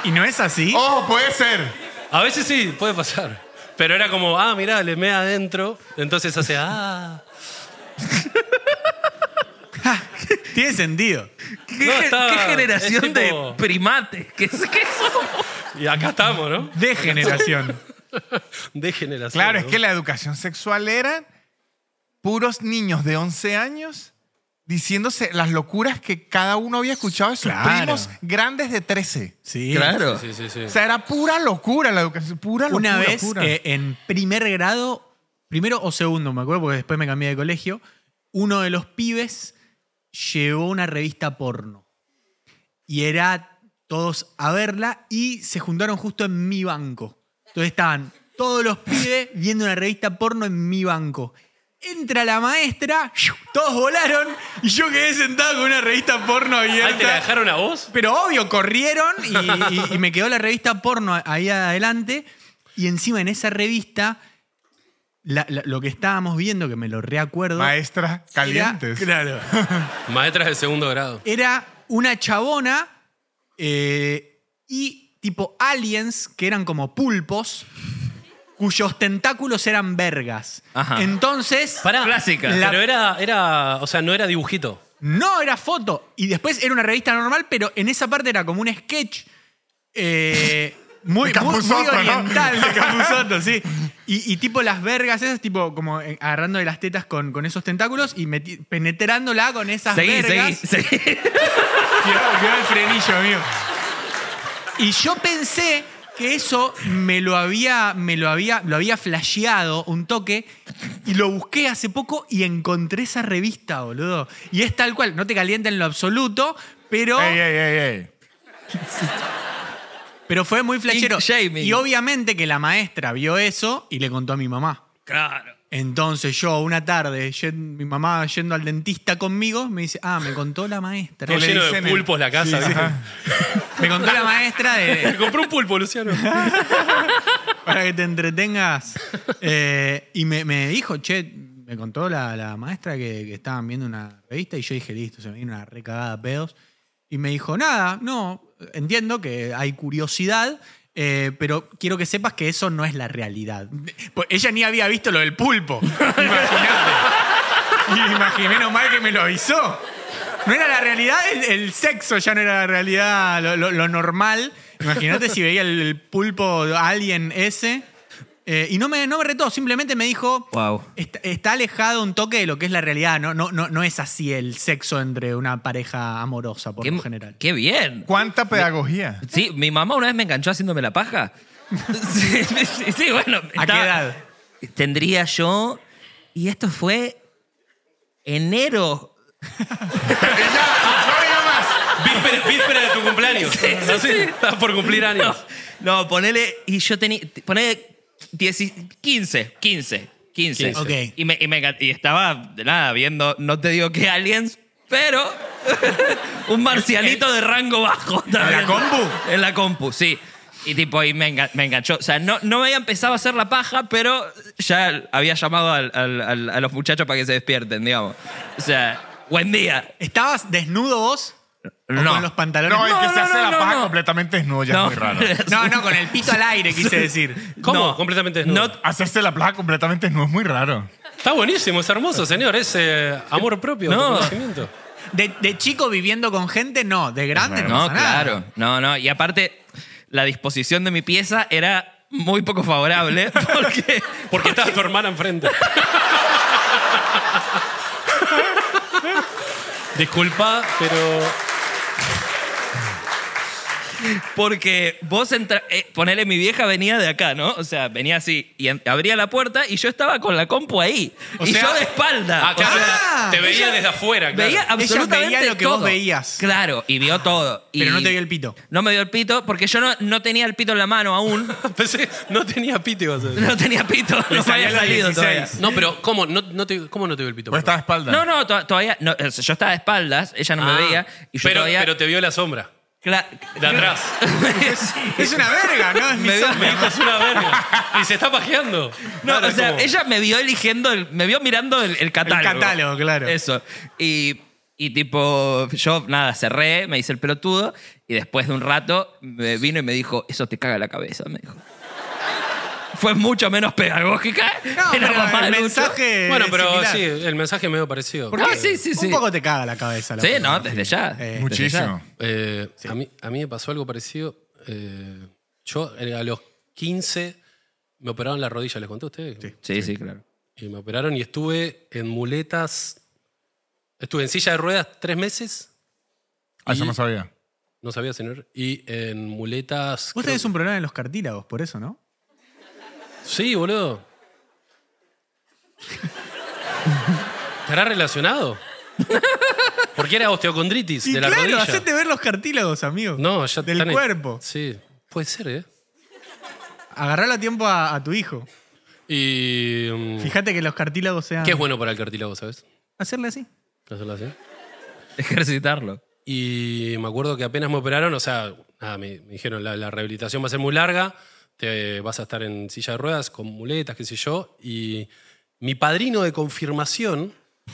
Y no es así. Oh. Ojo, puede ser. A veces sí, puede pasar. Pero era como, ah, mirá, le mea adentro, entonces hace ah. Tiene sentido. ¿Qué, No, ge- está- qué generación es tipo- de primates? ¿Qué, es- qué somos? Y acá estamos, ¿no? De generación. De generación. Claro, es ¿no? que la educación sexual eran puros niños de 11 años diciéndose las locuras que cada uno había escuchado de sus Claro. primos grandes de 13. Sí. Sí, sí, sí. O sea, era pura locura la educación, pura locura. Una vez pura. eh, en primer grado, primero o segundo, me acuerdo, porque después me cambié de colegio, uno de los pibes llevó una revista porno. Y era todos a verla y se juntaron justo en mi banco. Entonces estaban todos los pibes viendo una revista porno en mi banco. Entra la maestra, ¡shiu! todos volaron y yo quedé sentado con una revista porno Ahí te la abierta. dejaron a vos. Pero obvio, corrieron y, y- y me quedó la revista porno ahí adelante. Y encima en esa revista, la- la- lo que estábamos viendo, que me lo reacuerdo. Maestras calientes. Era, claro. Maestras de segundo grado. Era una chabona eh, y tipo aliens que eran como pulpos cuyos tentáculos eran vergas. Ajá. Entonces, Pará. Clásica. La- Pero era, era. O sea, no era dibujito. no era foto. Y después era una revista normal, pero en esa parte era como un sketch eh, muy, De muy- muy Capusotto, ¿no? oriental de Capusotto, sí. Y, y tipo las vergas esas, tipo como eh, agarrando de las tetas con, con esos tentáculos y meti- penetrándola con esas Seguí, seguí, vergas. seguí. Quiero- quiero el frenillo, amigo. Y yo pensé que eso me lo había, me lo había, lo había flasheado un toque y lo busqué hace poco y encontré esa revista, boludo. Y es tal cual, no te calienta en lo absoluto, pero, Ey, ey, ey, ey. pero fue muy flashero. Ink shaming. Y obviamente que la maestra vio eso y le contó a mi mamá. Claro. Entonces yo una tarde, yen- mi mamá yendo al dentista conmigo, me dice, ah, me contó la maestra. Todo le lleno de dicen el- pulpos la casa. ¿viste? Me contó la maestra de, Te compró un pulpo, Luciano. para que te entretengas. Eh, y me, me dijo, che, me contó la, la maestra que, que estaban viendo una revista y yo dije, listo, se me viene una recagada de pedos. Y me dijo, nada, no, entiendo que hay curiosidad. eh, pero quiero que sepas que eso no es la realidad. Pues ella ni había visto lo del pulpo. Imagínate. Y imaginé nomás que me lo avisó. No era la realidad, el, el sexo ya no era la realidad, lo, lo- lo normal. Imagínate si veía el, el pulpo alien ese. Eh, y no me, no me retó, simplemente me dijo, Wow. está, está alejado un toque de lo que es la realidad, no, no, no, no es así el sexo entre una pareja amorosa por lo general. qué bien. ¿Cuánta pedagogía? Sí, mi mamá una vez me enganchó haciéndome la paja. sí, sí, sí, bueno. ¿A qué estaba- edad? Tendría yo. Y esto fue enero. ¡Ya! ¡No digo más! Víspera, víspera de tu cumpleaños. Así, Estás por cumplir años. No, ponele. Y yo tenía. Ponele. dieci- 15, 15, 15. Ok. Y, me, y, me engan- y estaba, nada, viendo, no te digo que aliens, pero un marcialito de rango bajo. ¿En la compu? En la compu, sí. Y tipo, ahí me, enga- me enganchó. O sea, no, no me había empezado a hacer la paja, pero ya había llamado al- al- al- a los muchachos para que se despierten, digamos. O sea, buen día. ¿Estabas desnudo vos? ¿O No. con los pantalones? No, el que no, se hace no, la no, paja no. completamente desnudo ya No. es muy raro. no, no, con el pito al aire quise decir. ¿Cómo? No. Completamente desnudo. Hacerse la paja completamente desnudo es muy raro. Está buenísimo, es hermoso, señor. Es eh, amor propio, No. conocimiento. De, de chico viviendo con gente, no. De grande no. No, pasa nada. claro. No, no. Y aparte, la disposición de mi pieza era muy poco favorable porque... Porque estaba tu hermana enfrente. Disculpa, pero. Porque vos entra, eh, ponele mi vieja venía de acá, ¿no? O sea, venía así y en- abría la puerta y yo estaba con la compu ahí. O y sea- yo de espalda. Ah, o sea, te veía Ella- desde afuera, claro. Veía absolutamente veía lo que todo. vos veías. Ah, Claro, y vio todo. Y Pero no te vio el pito. No me vio el pito porque yo no, no tenía el pito en la mano aún. Pensé, no tenía pito, ibas a decir. No tenía pito, no me había salió a los salido 16. todavía. No, pero ¿cómo no, no te, cómo no te vio el pito? Vos estás de espalda. No, no, to- todavía. no, o sea, yo estaba de espaldas, ella no Ah, me veía. Y yo pero, todavía. pero te vio la sombra. cla- De atrás. Es una verga, ¿no? Es mi Me vio- sombra. Me dijo, es una verga. Y se está pajeando. No, Claro, o es sea, como- ella me vio eligiendo, el- me vio mirando el, el catálogo. catálogo, claro. Eso. Y, y tipo, yo nada, cerré, me hice el pelotudo y después de un rato me vino y me dijo, eso te caga la cabeza, me dijo. Fue mucho menos pedagógica. No, era pero mamá el de Lucho. mensaje. Bueno, es pero Eh, similar. sí, el mensaje medio parecido. No, sí, sí, sí. Un poco te caga la cabeza. la Sí, verdad. no, desde Este, ya. Eh, Muchísimo. Eh, a, mí, a mí me pasó algo parecido. Eh, yo eh, a los 15 me operaron la rodilla, ¿les conté a ustedes? Sí, sí, claro. Y me operaron y estuve en muletas. Estuve en silla de ruedas tres meses. Ah, Eso Y- no sabía. No sabía, señor. Y en Vos muletas. creo- tenés un problema en los cartílagos, por eso, ¿no? Sí, boludo. ¿Estará relacionado? Porque era osteocondritis Y de la claro, rodilla. hacete ver los cartílagos, amigo. No, ya Del están en- cuerpo. Sí, puede ser, ¿eh? Agarralo a tiempo a, a tu hijo. Y. mm, Fíjate que los cartílagos sean. ¿Qué es bueno para el cartílago, sabes? Hacerle así. Hacerlo así. Ejercitarlo. Y me acuerdo que apenas me operaron, o sea, nada, me, me dijeron, la, la rehabilitación va a ser muy larga, te vas a estar en silla de ruedas, con muletas, qué sé yo. Y mi padrino de confirmación,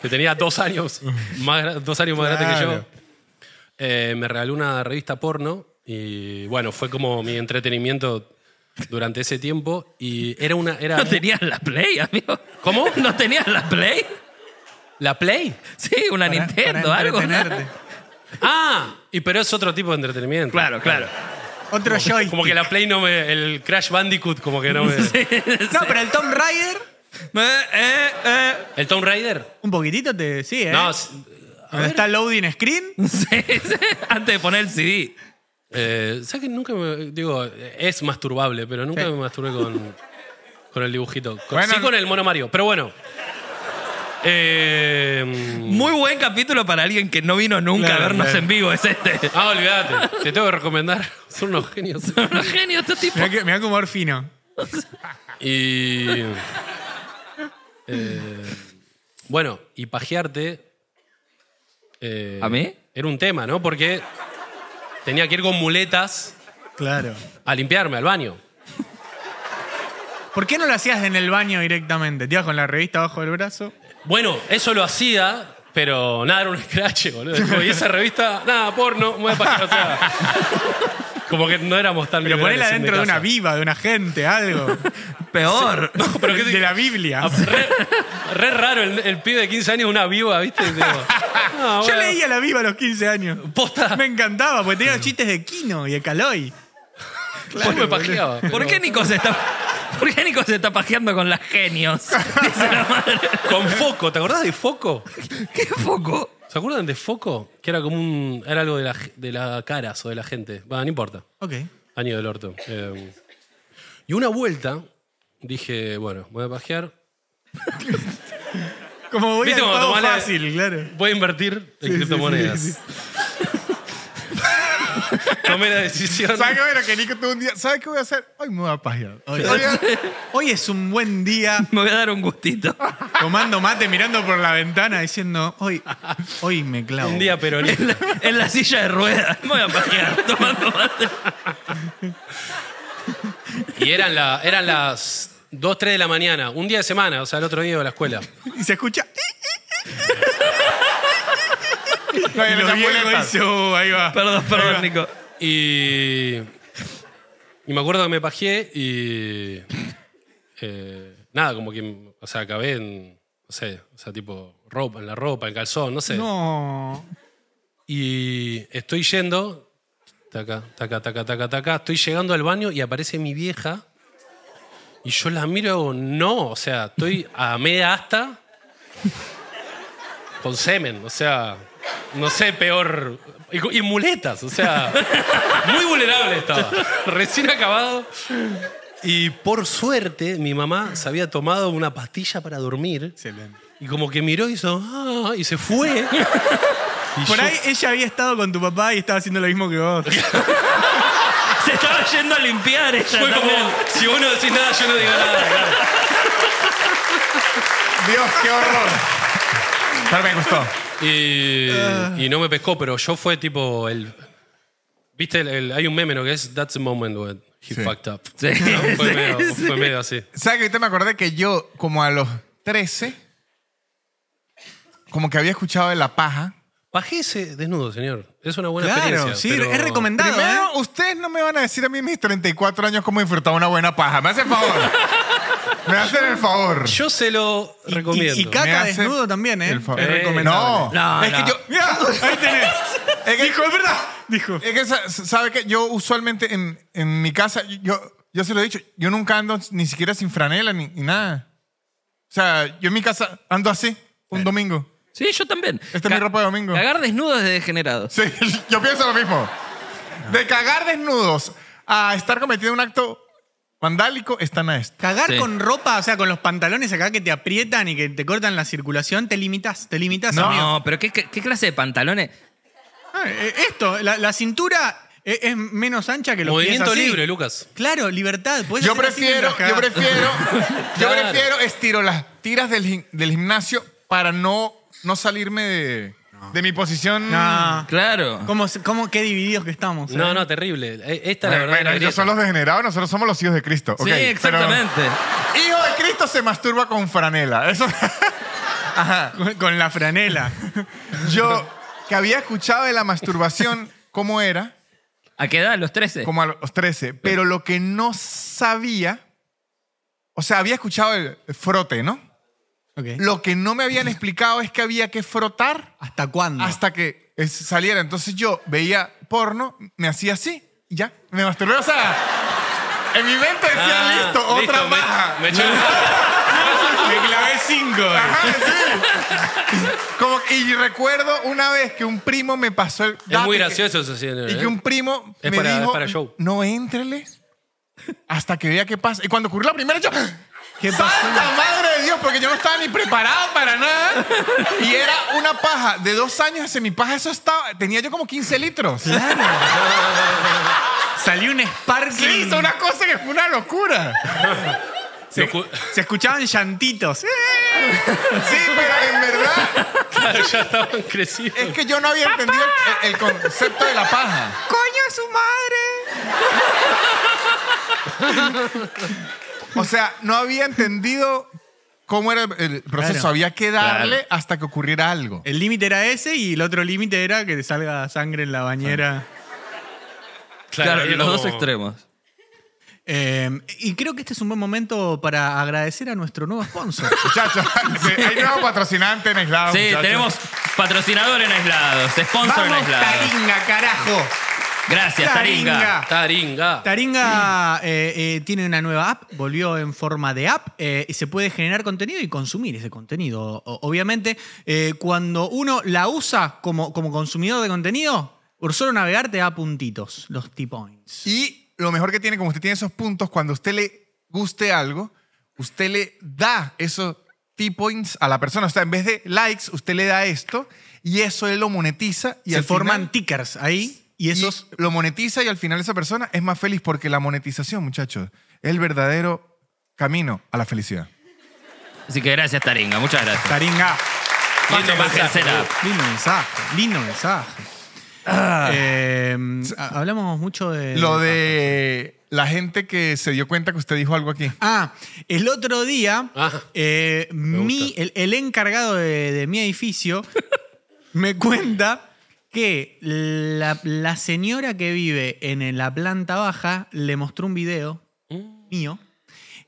que tenía dos años más, gra- dos años más grande que yo, Claro. eh, me regaló una revista porno y bueno, fue como mi entretenimiento durante ese tiempo y era una... Era No tenías la Play, amigo. ¿Cómo? ¿No tenías la Play? ¿La Play? Sí, una Para- Nintendo, para algo. entretenerte. Ah, y pero es otro tipo de entretenimiento. Claro, claro. Otro joystick. Como que la Play no me. El Crash Bandicoot, como que no me. No, pero el Tomb Raider, ¿El Tomb Raider? un poquitito te. Sí, ¿eh? No. s- Donde está loading screen. Sí, sí, Antes de poner el CD. eh, ¿Sabes que nunca me. Digo, es masturbable, pero nunca Sí. me masturbé con. Con el dibujito. Con- Bueno, sí, con el Mono Mario. Pero bueno. Eh, Muy buen capítulo para alguien que no vino nunca Claro, a vernos claro. en vivo, es este. ah, olvídate. Te tengo que recomendar. Son unos genios. Son unos genios estos tipos. Mirá, que, mirá qué humor fino. Y. eh, bueno, y pajearte. eh, ¿A mí? Era un tema, ¿no? Porque tenía que ir con muletas Claro. a limpiarme al baño. ¿Por qué no lo hacías en el baño directamente? Te ibas con la revista abajo del brazo. Bueno, eso lo hacía, pero nada, era un escrache, boludo. Tipo, Y esa revista, nada, porno, muy pajear. O sea, como que no éramos tan Pero liberales ponela en dentro de una casa. viva, de una gente, algo. Peor. pero ¿qué te- de la Biblia. Ah, Re, re raro el, el pibe de 15 años, una viva, ¿viste? Tipo, no, Yo bueno. leía la viva a los 15 años. Posta. Me encantaba, porque tenía los chistes de Kino y de Caloi. Yo me pajeaba. ¿Por pero- qué Nico se está.? ¿Por qué Nico se está pajeando con las genios? Dice la madre. Con foco, ¿te acordás de foco? ¿Qué foco? ¿Se acuerdan de foco? Que era como un. Era algo de, la, de las caras o de la gente. Va, no importa. Ok. Año del orto. Eh, y una vuelta dije, bueno, voy a pajear. Como voy ¿Viste al cómo pago tomale- fácil, claro. Voy a invertir en Sí, sí, criptomonedas. sí, sí, Tomé la decisión. ¿Sabes qué? Bueno, que Nico tuvo un día. ¿Sabes qué voy a hacer? Hoy me voy a pajear. Hoy, hoy- Hoy es un buen día Me voy a dar un gustito. tomando mate, mirando por la ventana, diciendo, hoy, hoy me clavo. Un día En peronista. la, en la silla de ruedas. Me voy a pajear tomando mate. Y eran, la- eran las 2, 3 de la mañana. Un día de semana, o sea, el otro día de la escuela. Y se escucha. no hay Y letras lo viejo muletas. dice, "Oh, ahí va. Perdón, perdón, Nico. Y. Y me acuerdo que me pajeé y. eh, nada, como que. O sea, acabé en. No sé, o sea, tipo, ropa, en la ropa, en calzón, no sé. No. Y estoy yendo. Taca, taca, taca, taca, taca. Estoy llegando al baño y aparece mi vieja. Y yo la miro y hago, no. O sea, estoy a media asta. Con semen. O sea, no sé, peor. Y, co- y muletas. O sea, muy vulnerable estaba. Recién acabado. Y por suerte, mi mamá se había tomado una pastilla para dormir. Excelente. Y como que miró y hizo, "Ah", y se fue. Y Por yo ahí ella había estado con tu papá y estaba haciendo lo mismo que vos. Se estaba yendo a limpiar ella. Fue como, también. si vos no decís nada, yo no digo nada. claro. Dios, qué horror. Pero me gustó. Y, y no me pescó, pero yo fue tipo el... ¿Viste? el- el- hay un meme, ¿no? Que es That's the moment when he fucked up. ¿No? Fue, medio, fue medio así. ¿Sabes que ahorita me acordé que yo, como a los 13, como que había escuchado de la paja. Pajese desnudo, señor. Es una buena Claro, experiencia. sí, pero- es recomendado. Primero, ¿eh? ustedes no me van a decir a mí mis 34 años cómo disfrutar una buena paja. Me hacen favor. me hacen el favor. Yo se lo recomiendo. Y, y caca Me hace desnudo también, ¿eh? el favor. Es Eh, recomendable. No, No, es no. que yo. Mira, Ahí tenés. es que, Dijo, es verdad. Dijo. es que sa- sabe que yo usualmente en, en mi casa, yo, yo se lo he dicho, yo nunca ando ni siquiera sin franela ni, ni nada. O sea, yo en mi casa ando así un domingo. Sí, yo también. Esta es mi ropa de domingo. Cagar desnudo es de degenerados. Sí, yo pienso lo mismo. De cagar desnudos a estar cometiendo un acto vandálico están a esto. Cagar Sí. con ropa, o sea, con los pantalones acá que te aprietan y que te cortan la circulación, te limitas, te limitas, No, amigo. pero ¿qué, qué, qué clase de pantalones? Ah, eh, esto, la, la cintura Es, es menos ancha que los pies Movimiento así. libre, Lucas. Claro, libertad. podés Yo hacer así prefiero, mientras yo cagás. prefiero, yo Claro. prefiero estiro las tiras del, gim- del gimnasio para no, no salirme de, de mi posición. No. Claro. ¿Cómo, se- cómo qué divididos que estamos? ¿eh? No, no, terrible. Eh, Esta la Bueno, verdad. bueno, la ellos grieta. son los degenerados, nosotros somos los hijos de Cristo. ok, sí, pero- exactamente. Hijo de Cristo se masturba con franela. Eso. Ajá. Con, con la franela. Yo, que había escuchado de la masturbación, cómo era, ¿A qué edad? ¿Los 13? como a los 13, pero lo que no sabía, o sea, había escuchado el frote, ¿no? Ok. Lo que no me habían explicado es que había que frotar ¿Hasta cuándo? hasta que es- saliera. Entonces yo veía porno, me hacía así, y ya, me masturbé. O sea, en mi mente decía, Ah, listo, otra me- baja. me echó- Me clavé cinco. eh. Ajá, sí. Como- y recuerdo una vez que un primo me pasó el Es dato muy y que- gracioso eso, señor. ¿eh? Y que un primo Es me para- dijo, es para show. no entrele hasta que vea qué pasa. Y cuando ocurrió la primera, yo, ¿Qué pasó? ¡Santa madre de Dios! Porque yo no estaba ni preparado para nada. Y era una paja de dos años hace mi paja. Eso estaba, tenía yo como 15 litros. Salió un sparkling. Sí, hizo una cosa que fue una locura. se, Locu- se escuchaban llantitos. Eh, Sí, pero en verdad Claro, ya estaban crecidos. es que yo no había entendido el, el concepto de la paja. ¡Coño, su madre! O sea, no había entendido cómo era el proceso. Claro. Había que darle hasta que ocurriera algo. El límite era ese y el otro límite era que te salga sangre en la bañera. Claro, era los dos como- extremos. Eh, y creo que este es un buen momento para agradecer a nuestro nuevo sponsor. Muchachos, hay nuevo patrocinante en aislado. Sí, muchachos. tenemos patrocinador en aislados, sponsor en ¡Vamos, aislados. Taringa, carajo! Gracias, Taringa. Taringa. Taringa eh, eh, tiene una nueva app, volvió en forma de app eh, y se puede generar contenido y consumir ese contenido. O- obviamente, eh, cuando uno la usa como, como consumidor de contenido, por solo navegar te da puntitos, los T-points. Y lo mejor que tiene, como usted tiene esos puntos, cuando usted le guste algo, usted le da esos T-points a la persona. O sea, en vez de likes, usted le da esto y eso él lo monetiza y se al forman final- tickers ahí y esos... y lo monetiza y al final esa persona es más feliz porque la monetización, muchachos, es el verdadero camino a la felicidad. Así que gracias, Taringa. Muchas gracias. Taringa. Lindo mensaje, será. Lindo mensaje, lindo mensaje. Eh, ha- hablamos mucho de... Ah. Lo de la gente que se dio cuenta que usted dijo algo aquí. Ah, el otro día, Ah, eh, mi- el, el encargado de, de mi edificio me cuenta que la, la señora que vive en la planta baja le mostró un video mío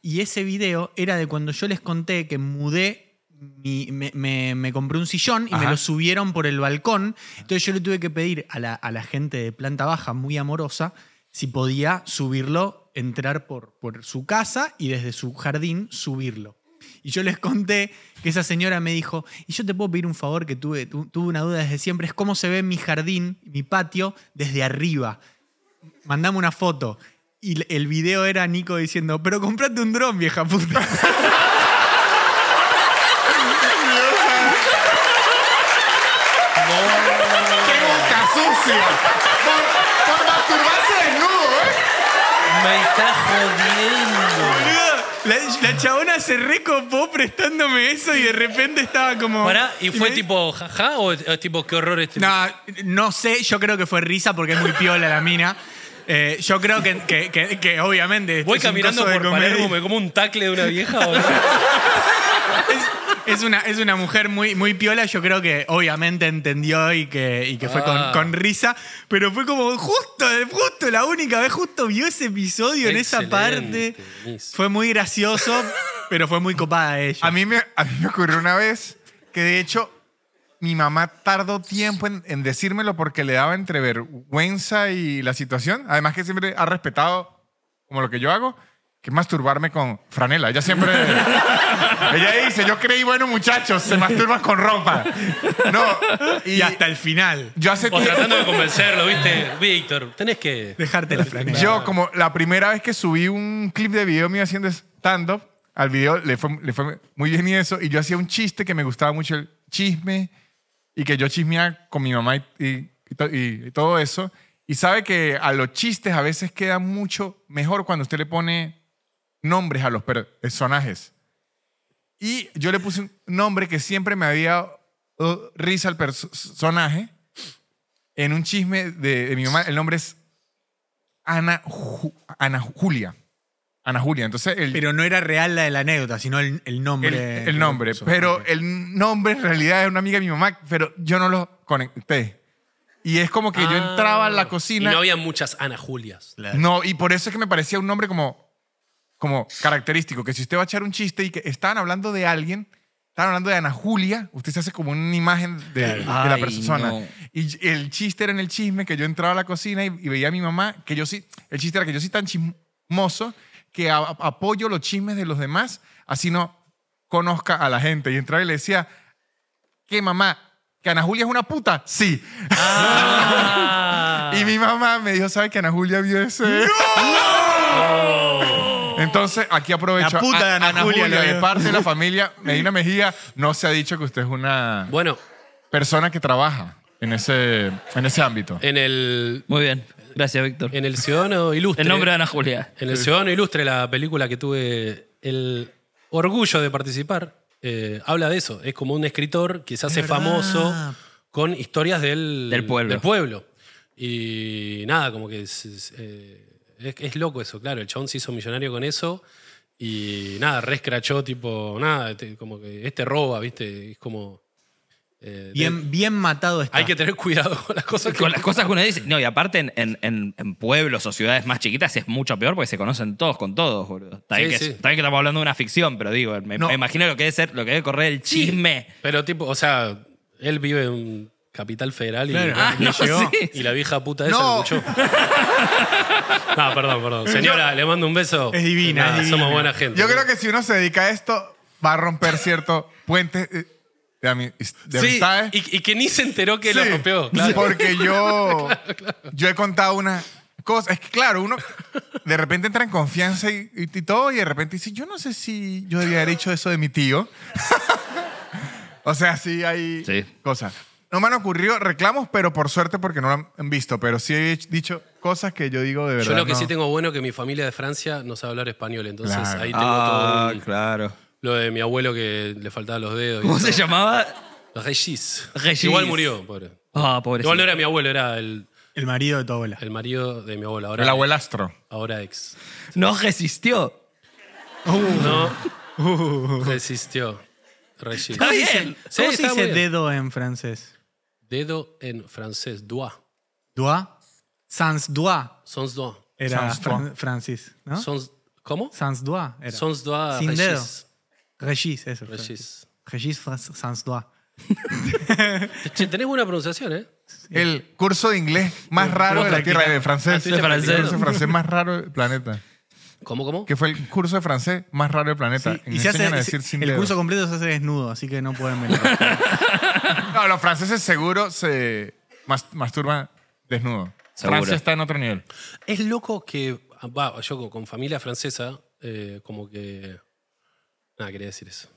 y ese video era de cuando yo les conté que mudé. mi- me, me- me compré un sillón y me Ajá. lo subieron por el balcón. Entonces yo le tuve que pedir a la, a la gente de planta baja, muy amorosa, si podía subirlo, entrar por, por su casa y desde su jardín subirlo. Y yo les conté que esa señora me dijo, y yo te puedo pedir un favor que tuve, tu- tuve una duda desde siempre, es cómo se ve mi jardín, mi patio, desde arriba mandame una foto. Y l- el video era Nico diciendo, pero comprate un dron, vieja puta. ¡Qué boca sucia! Por, por masturbarse desnudo, ¿eh? me está jodiendo. Boludo, La, la chabona se recopó prestándome eso y de repente estaba como... Pará, ¿y fue me- tipo jaja o es tipo qué horror este? No, no sé, yo creo que fue risa porque es muy piola la mina. Eh, yo creo que, que- que- que obviamente... esto Voy es un caminando coso de por comedia. Palermo, me como un tacle de una vieja. boludo. Es una, es una mujer muy, muy piola, yo creo que obviamente entendió y que, y que fue con- Ah. con, risa, pero fue como justo, justo la única vez, justo vio ese episodio en esa parte. Excelente, buenísimo. Fue muy gracioso, pero fue muy copada ella. A mí, me, a mí me ocurrió una vez que, de hecho, mi mamá tardó tiempo en, en decírmelo porque le daba entre vergüenza y la situación. Además que siempre ha respetado como lo que yo hago, que es masturbarme con franela. Ella siempre... ella dice, yo creí, bueno, muchachos, se masturban con ropa. No, y, y, hasta el final, yo hace O tiempo- tratando de convencerlo, ¿viste? Víctor, tenés que. dejarte la franela. Yo, como la primera vez que subí un clip de video mío haciendo stand-up, al video le fue, le fue muy bien y eso, y yo hacía un chiste que me gustaba mucho el chisme, y que yo chismeaba con mi mamá y, y- y to- y- y todo eso, Y sabe que a los chistes a veces queda mucho mejor cuando usted le pone nombres a los per- personajes. Y yo le puse un nombre que siempre me había dado risa al perso- personaje en un chisme de, de mi mamá. El nombre es Ana, Ju- Ana Julia. Ana Julia. Entonces el, Pero no era real la de la anécdota, sino el, el el, nombre. el nombre. Eso, Pero ok. el nombre en realidad es una amiga de mi mamá, pero yo no lo conecté. Y es como que yo Ah. entraba a la Y cocina. no había muchas Ana Julias. No, y por eso es que me parecía un nombre como, como característico, que si usted va a echar un chiste y que estaban hablando de alguien, estaban hablando de Ana Julia, usted se hace como una imagen de, de la Ay, persona. no. Y el chiste era en el chisme que yo entraba a la cocina y, y veía a mi mamá, que yo sí, el chiste era que yo sí tan chismoso que a- apoyo los chismes de los demás, así no conozca a la gente. Y entraba y le decía, ¿qué mamá? ¿Que Ana Julia es una puta? Sí. Y mi mamá me dijo, ¿sabes que Ana Julia vio ese? Entonces, aquí aprovecho. La puta de a- Ana Julia la de vio. parte de la familia Medina Mejía, no se ha dicho que usted es una Bueno, persona que trabaja en ese, en ese ámbito. en el, Muy bien. Gracias, Víctor. en el Ciudadano Ilustre. El nombre de Ana Julia. En El Ciudadano Ilustre, la película que tuve el orgullo de participar, eh, habla de eso. Es como un escritor que se hace verdad. famoso con historias del, Del pueblo. Y nada, como que es, es, eh, es- es loco eso, claro. El chabón se hizo millonario con eso y nada, rescrachó tipo, nada, te- como que este roba, ¿viste? Es como. eh, de- Bien, bien matado está. hay que tener cuidado con las cosas que. Ah. Con las cosas que uno dice. No, y aparte en, en- en- en pueblos o ciudades más chiquitas es mucho peor porque se conocen todos con todos, boludo. Está bien, Sí, que, sí. está bien que estamos hablando de una ficción, pero digo, me, No. me imagino lo que debe ser, lo que debe correr el chisme. Pero tipo, o sea, él vive en Capital Federal y, Claro. Ah, no, llegó. sí. y la vieja puta esa No. lo escuchó. no, perdón, perdón. Señora, le mando un beso. Es divina, Nada, es divina. Somos buena gente. Yo creo que si uno se dedica a esto, va a romper ciertos puentes eh, de, ami- de Sí, amistades. y, y que ni se enteró que lo Sí, rompió. Claro. Porque yo, yo he contado una cosa. Es que, claro, uno de repente entra en confianza y, y- y todo, y de repente dice, yo no sé si yo debía haber hecho eso de mi tío. o sea, sí hay Sí. cosas. No me han ocurrido reclamos, pero por suerte porque no lo han visto. Pero sí he hecho- dicho cosas que yo digo de verdad. Yo lo que no. sí tengo bueno es que mi familia de Francia no sabe hablar español, entonces Claro. ahí tengo todo un- Ah, claro. lo de mi abuelo que le faltaban los dedos. y ¿Cómo se eso. llamaba? Regis. Regis. Igual murió, pobre. Ah, pobre. Igual no era mi abuelo, era el, El marido de tu abuela. el marido de mi abuelo. Ahora, El abuelastro. ahora ex. No resistió. No. Resistió. Resist. Está bien. Sí, ¿Cómo se está dice bien. dedo en francés? Dedo en francés. Doigt. Doigt. Sans doigt Sans doigt. era Sans doigt. Fran- Francis, ¿no? Sans- ¿Cómo? Sans doigt era. Sans doigt. ¿Ah? Sin dedo. regis. Regis, eso. Regis. Regis Fran- sans doigt. Che, tenés buena pronunciación, ¿eh? El curso de inglés más raro de la tierra, el de francés. Estuviste El practicando. curso de francés más raro del planeta. ¿Cómo, cómo? Que fue el curso de francés más raro del planeta. Sí, Y y me se hace, enseñan a decir sin el dedos. curso completo se hace desnudo, así que no pueden venir. No, los franceses seguro se mas- masturban desnudo. Seguro. Francia está en otro nivel. Es loco que. ah, va, yo con, con familia francesa, eh, como que. Nada, quería decir eso.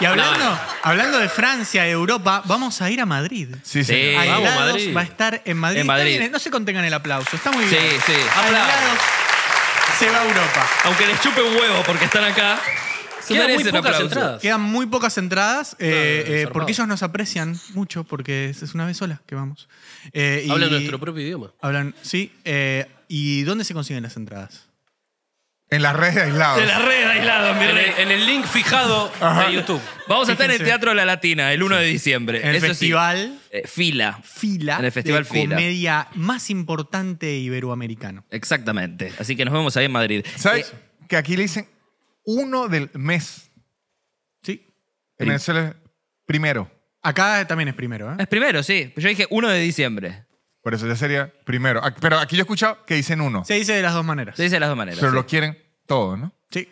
y hablando, No. hablando de Francia, Europa, vamos a ir a Madrid. Sí, Sí. señor. Ay, vamos, Aislados Madrid. va a estar en Madrid. En Está Madrid. bien, no se contengan el aplauso, está muy Sí, bien. sí. Aislados Aplausos. se va a Europa. Aunque les chupe un huevo porque están acá. se Quedan muy merecen pocas aplausos. entradas. Quedan muy pocas entradas eh, zarpado. eh, porque ellos nos aprecian mucho porque es es una vez sola que vamos. Eh, y- Hablan nuestro propio idioma. Hablan, sí. eh, ¿Y dónde se consiguen las entradas? En las redes de aislados. De la red aislado, mi En rey. el, en el link fijado de YouTube. Vamos a estar en el Fíjense. Teatro La Latina el 1 de diciembre. En el Eso sí. festival Eh, fila. Fila En el festival de Fila. comedia más importante iberoamericano. Exactamente. Así que nos vemos ahí en Madrid. ¿Sabes? Eh, Que aquí le dicen uno del mes. Sí. En Venezuela es primero. Acá también es primero, ¿eh? es primero, sí. Yo dije 1 de diciembre. Por eso ya sería primero. Ac- Pero aquí yo he escuchado que dicen uno. Se dice de las dos maneras. Se dice de las dos maneras. pero sí. lo quieren todo, ¿no? Sí.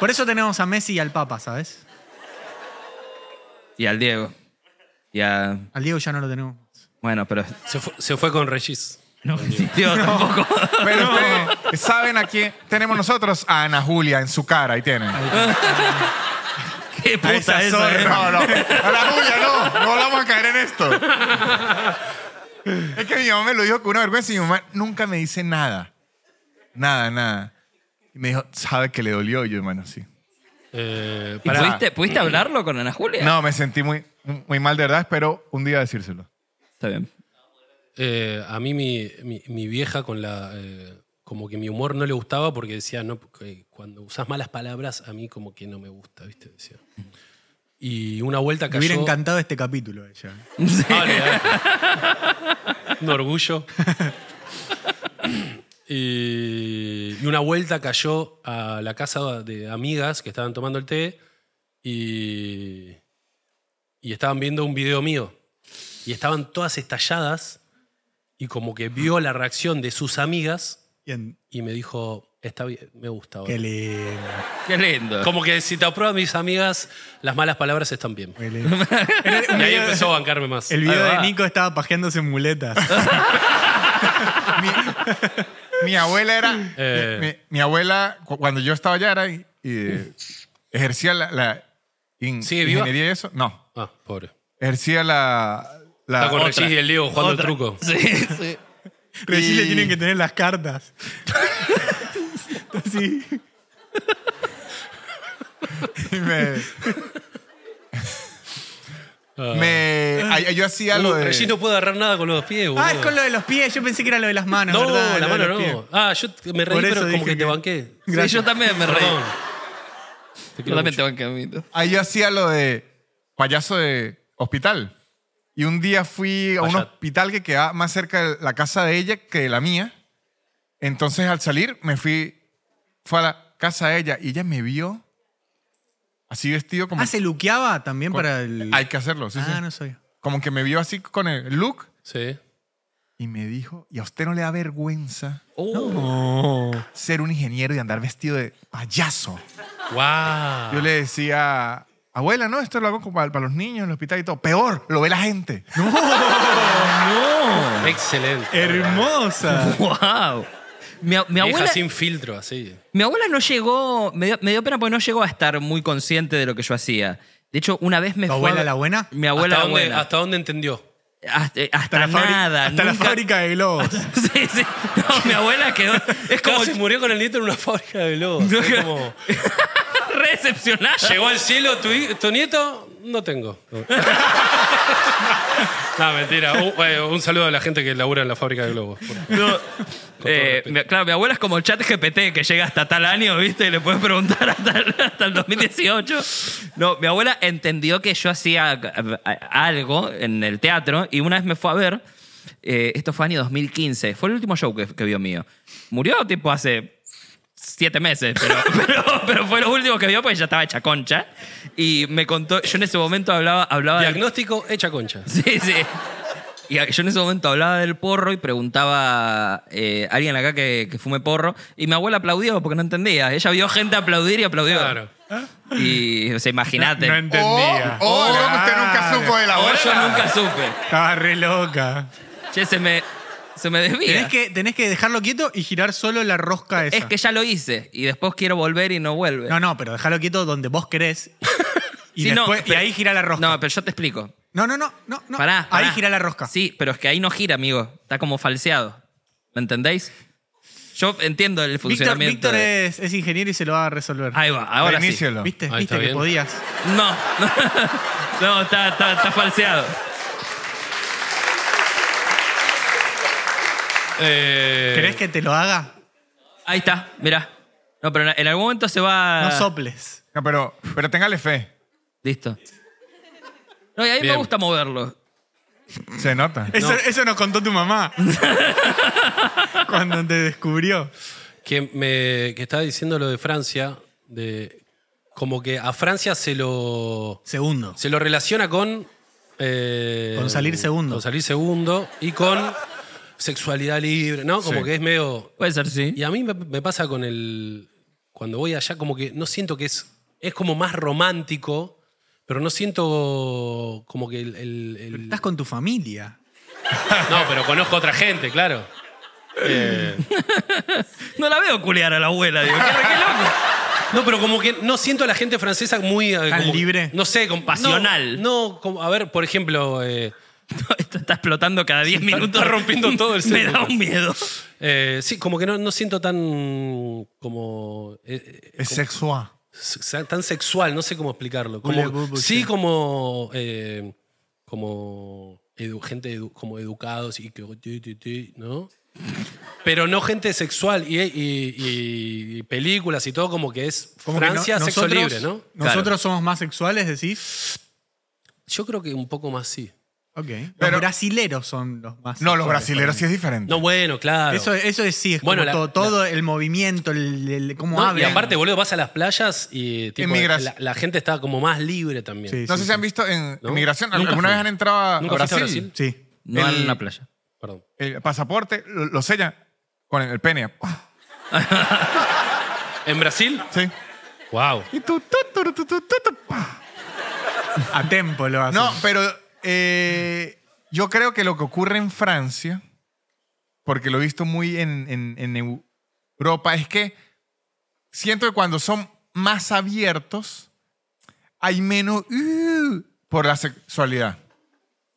Por eso tenemos a Messi y al Papa, ¿sabes? Y al Diego. Y a. Al Diego ya no lo tenemos. Bueno, pero. Se fue, se fue con Regis. No existió tampoco. Pero ustedes saben a quién tenemos nosotros. A Ana Julia en su cara. Ahí tienen. Qué puta esa eso. zorra. eh. No, no. Ana Julia, no. No vamos a caer en esto. Es que mi mamá me lo dijo con una vergüenza y mi mamá nunca me dice nada. Nada, nada. Y me dijo, ¿sabe que le dolió? Y yo, hermano, sí. Eh, ¿Y pará. ¿Pudiste, pudiste hablarlo con Ana Julia? No, me sentí muy, muy mal de verdad. Espero un día decírselo. Está bien. Eh, a mí mi, mi- mi vieja con la... eh, como que mi humor no le gustaba porque decía, no, que cuando usas malas palabras, a mí como que no me gusta, ¿viste? Decía. Y una vuelta Me cayó... hubiera encantado este capítulo ella. Ah, olvidate. Un orgullo. Y, y una vuelta cayó a la casa de amigas que estaban tomando el té y, y estaban viendo un video mío. Y estaban todas estalladas y como que vio la reacción de sus amigas Bien. y me dijo, está bien, me gusta. ahora". Qué lindo. Qué lindo. Como que si te aprueban mis amigas, las malas palabras están bien. Muy lindo. Y ahí empezó a bancarme más. El video Ahí de va. Nico estaba pajeándose en muletas. Mi abuela era. Eh. Mi, mi abuela, cu- cuando yo estaba allá, era. y- y ejercía la. la in- ¿Sigue viva? ingeniería y eso. No. Ah, pobre. Ejercía la. la Está con Regis y el Diego jugando Otra. el truco. Recién le Y- tienen que tener las cartas. Así. y me. Ah. me ay- ay, yo hacía Uh, lo de. Regis no puede agarrar nada con los pies, boludo. Ah, es con lo de los pies. Yo pensé que era lo de las manos. No, ¿verdad? Lo la de mano los no. pies. Ah, yo t- me reí, Por eso pero como dije que, te que- banqué. Sí, yo también me reí. Perdón. Te Yo quiero también mucho. tengo que admitir. Ahí yo hacía lo de payaso de hospital. Y un día fui a un Payat. hospital que quedaba más cerca de la casa de ella que de la mía. Entonces al salir me fui, fue a la casa de ella y ella me vio así vestido como... Ah, se luqueaba también con- para el. Hay que hacerlo, sí, ah, sí. no soy. Como que me vio así con el look Sí. y me dijo, ¿y a usted no le da vergüenza Oh, ser un ingeniero y andar vestido de payaso? Wow. Yo le decía, abuela, no, esto lo hago como para, para los niños en el hospital y todo. Peor, lo ve la gente. Excelente. Hermosa. ¡Wow! Mi, a- mi Vieja abuela, sin filtro, así. mi abuela no llegó. Me dio, me dio pena porque no llegó a estar muy consciente de lo que yo hacía. De hecho, una vez me ¿Tu fue abuela a- la buena? Mi abuela ¿Hasta, la dónde, buena. ¿Hasta dónde entendió? Hasta, hasta Hasta, la, fábrica- nada. hasta la nunca- fábrica de globos. Sí, sí. No, mi abuela quedó. Es como Casi murió con el nieto en una fábrica de globos. No, Es que- como, re decepcionada. Llegó al cielo tu, hi- tu nieto, no tengo. no, mentira. Un, eh, un saludo a la gente que labura en la fábrica de globos. No. todo Eh, respeto. mi- claro, mi abuela es como el chat GPT que llega hasta tal año, ¿viste? Y le puedes preguntar hasta, el- hasta el 2018. No, mi abuela entendió que yo hacía a- a- algo en el teatro y una vez me fue a ver. eh, esto fue año 2015. Fue el último show que, que vio mío. Murió tipo hace siete meses, pero, pero, pero fue lo último que vio porque ya estaba hecha concha. Y me contó, yo en ese momento hablaba, hablaba del- Diagnóstico hecha concha. Sí, sí. Y a- yo en ese momento hablaba del porro y preguntaba eh, alguien acá que, que fume porro. Y mi abuela aplaudió porque no entendía. Ella vio gente aplaudir y aplaudió. Claro. Y, o sea, imagínate. No entendía. O, o algo que Oh, usted nunca Claro. supo de la O abuela. yo nunca supe. Estaba re loca. Che, se me, se me desvía. Tenés que, tenés que dejarlo quieto y girar solo la rosca esa. Es que ya lo hice. Y después quiero volver y no vuelve. No, no, pero déjalo quieto donde vos querés. Y, Sí, no, después- y pero- ahí gira la rosca. No, pero yo te explico. No, no, no, no, no. Pará, pará. Ahí gira la rosca. Sí, pero es que ahí no gira, amigo. Está como falseado. ¿Me entendéis? Yo entiendo el Víctor, funcionamiento. Víctor de- es, es ingeniero y se lo va a resolver. Ahí va, ahora sí. Reinícielo. ¿Viste? Ahí está ¿Viste que bien. podías? No, no, está, está, está falseado. Eh, ¿Querés que te lo haga? Ahí está, mirá. No, pero en algún momento se va. No soples. No, pero, pero téngale fe. Listo. No, y a mí me Bien. gusta moverlo. Se nota. Eso, eso nos contó tu mamá. Cuando te descubrió. que me que estaba diciendo lo de Francia de como que a Francia se lo Segundo. se lo relaciona con eh, Con salir segundo. con salir segundo y con sexualidad libre no como Sí. que es medio Puede ser, sí. y a mí me, me pasa con el cuando voy allá como que no siento que es es como más romántico pero no siento como que el, el- el- Estás con tu familia. no pero conozco a otra gente claro No la veo culiar a la abuela, digo. ¿Qué, qué loco? No, pero como que no siento a la gente francesa muy. eh, Tan como- libre. No sé, como- Pasional. No, no, como- a ver, por ejemplo, eh, Esto está explotando cada 10 minutos. está rompiendo todo el Me da cerebro. un miedo. Eh, sí, como que no, no siento tan como eh, eh, Es sexual. se- tan sexual, no sé cómo explicarlo. Ole, Como, Bubu, sí, sí. como eh, como edu- gente edu- como educados y que ti, ti, ti, ¿no? Pero no gente sexual y, y- y- y películas y todo como que es Como que no- Francia sexo nosotros- libre, ¿no? Nosotros somos más sexuales, decís. Yo creo que un poco más sí. Ok. Los Pero- brasileros son los más. No, sexuales los brasileros sí para es mí. diferente. No, bueno, claro. Eso, eso es sí, es Bueno, como la- todo, todo el movimiento, el, el- cómo No, y hablan. aparte, boludo, vas a las playas y tipo, Emigras. la, la gente está como más libre también. Sí, no sé sí, si han visto en ¿No? migración. Nunca ¿Alguna fui. vez han entrado a, a ¿Nunca fuiste a Brasil? Brasil? Sí. No El- en una playa. Perdón. El pasaporte lo, lo sellan con el pene. ¿En Brasil? Sí. Wow. Y tú, tu, tu, tu, tu, tu, tu, pa. A tempo lo hacen. No, pero eh, yo creo que lo que ocurre en Francia, porque lo he visto muy en, en- en Eu- Europa, es que siento que cuando son más abiertos, hay menos "Uh", por la sexualidad.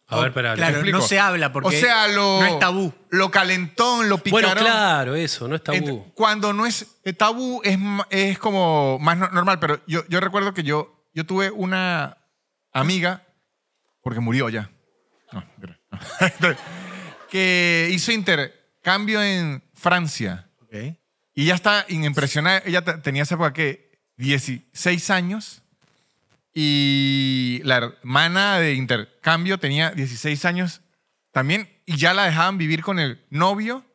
A ver, espera. Oh, Claro, explico? no se habla porque o sea, lo, no es tabú. Lo calentón, lo picarón. Bueno, claro, eso, no es tabú. Ent- Cuando no es eh, tabú, es, ma- es como más no- normal. Pero yo, yo recuerdo que yo, yo tuve una amiga, porque murió ya. No, mentira. que hizo intercambio en Francia. Ok. Y ella está in- impresionada. Ella te- tenía esa época que 16 años. Y la hermana de intercambio tenía 16 años también. Y ya la dejaban vivir con el novio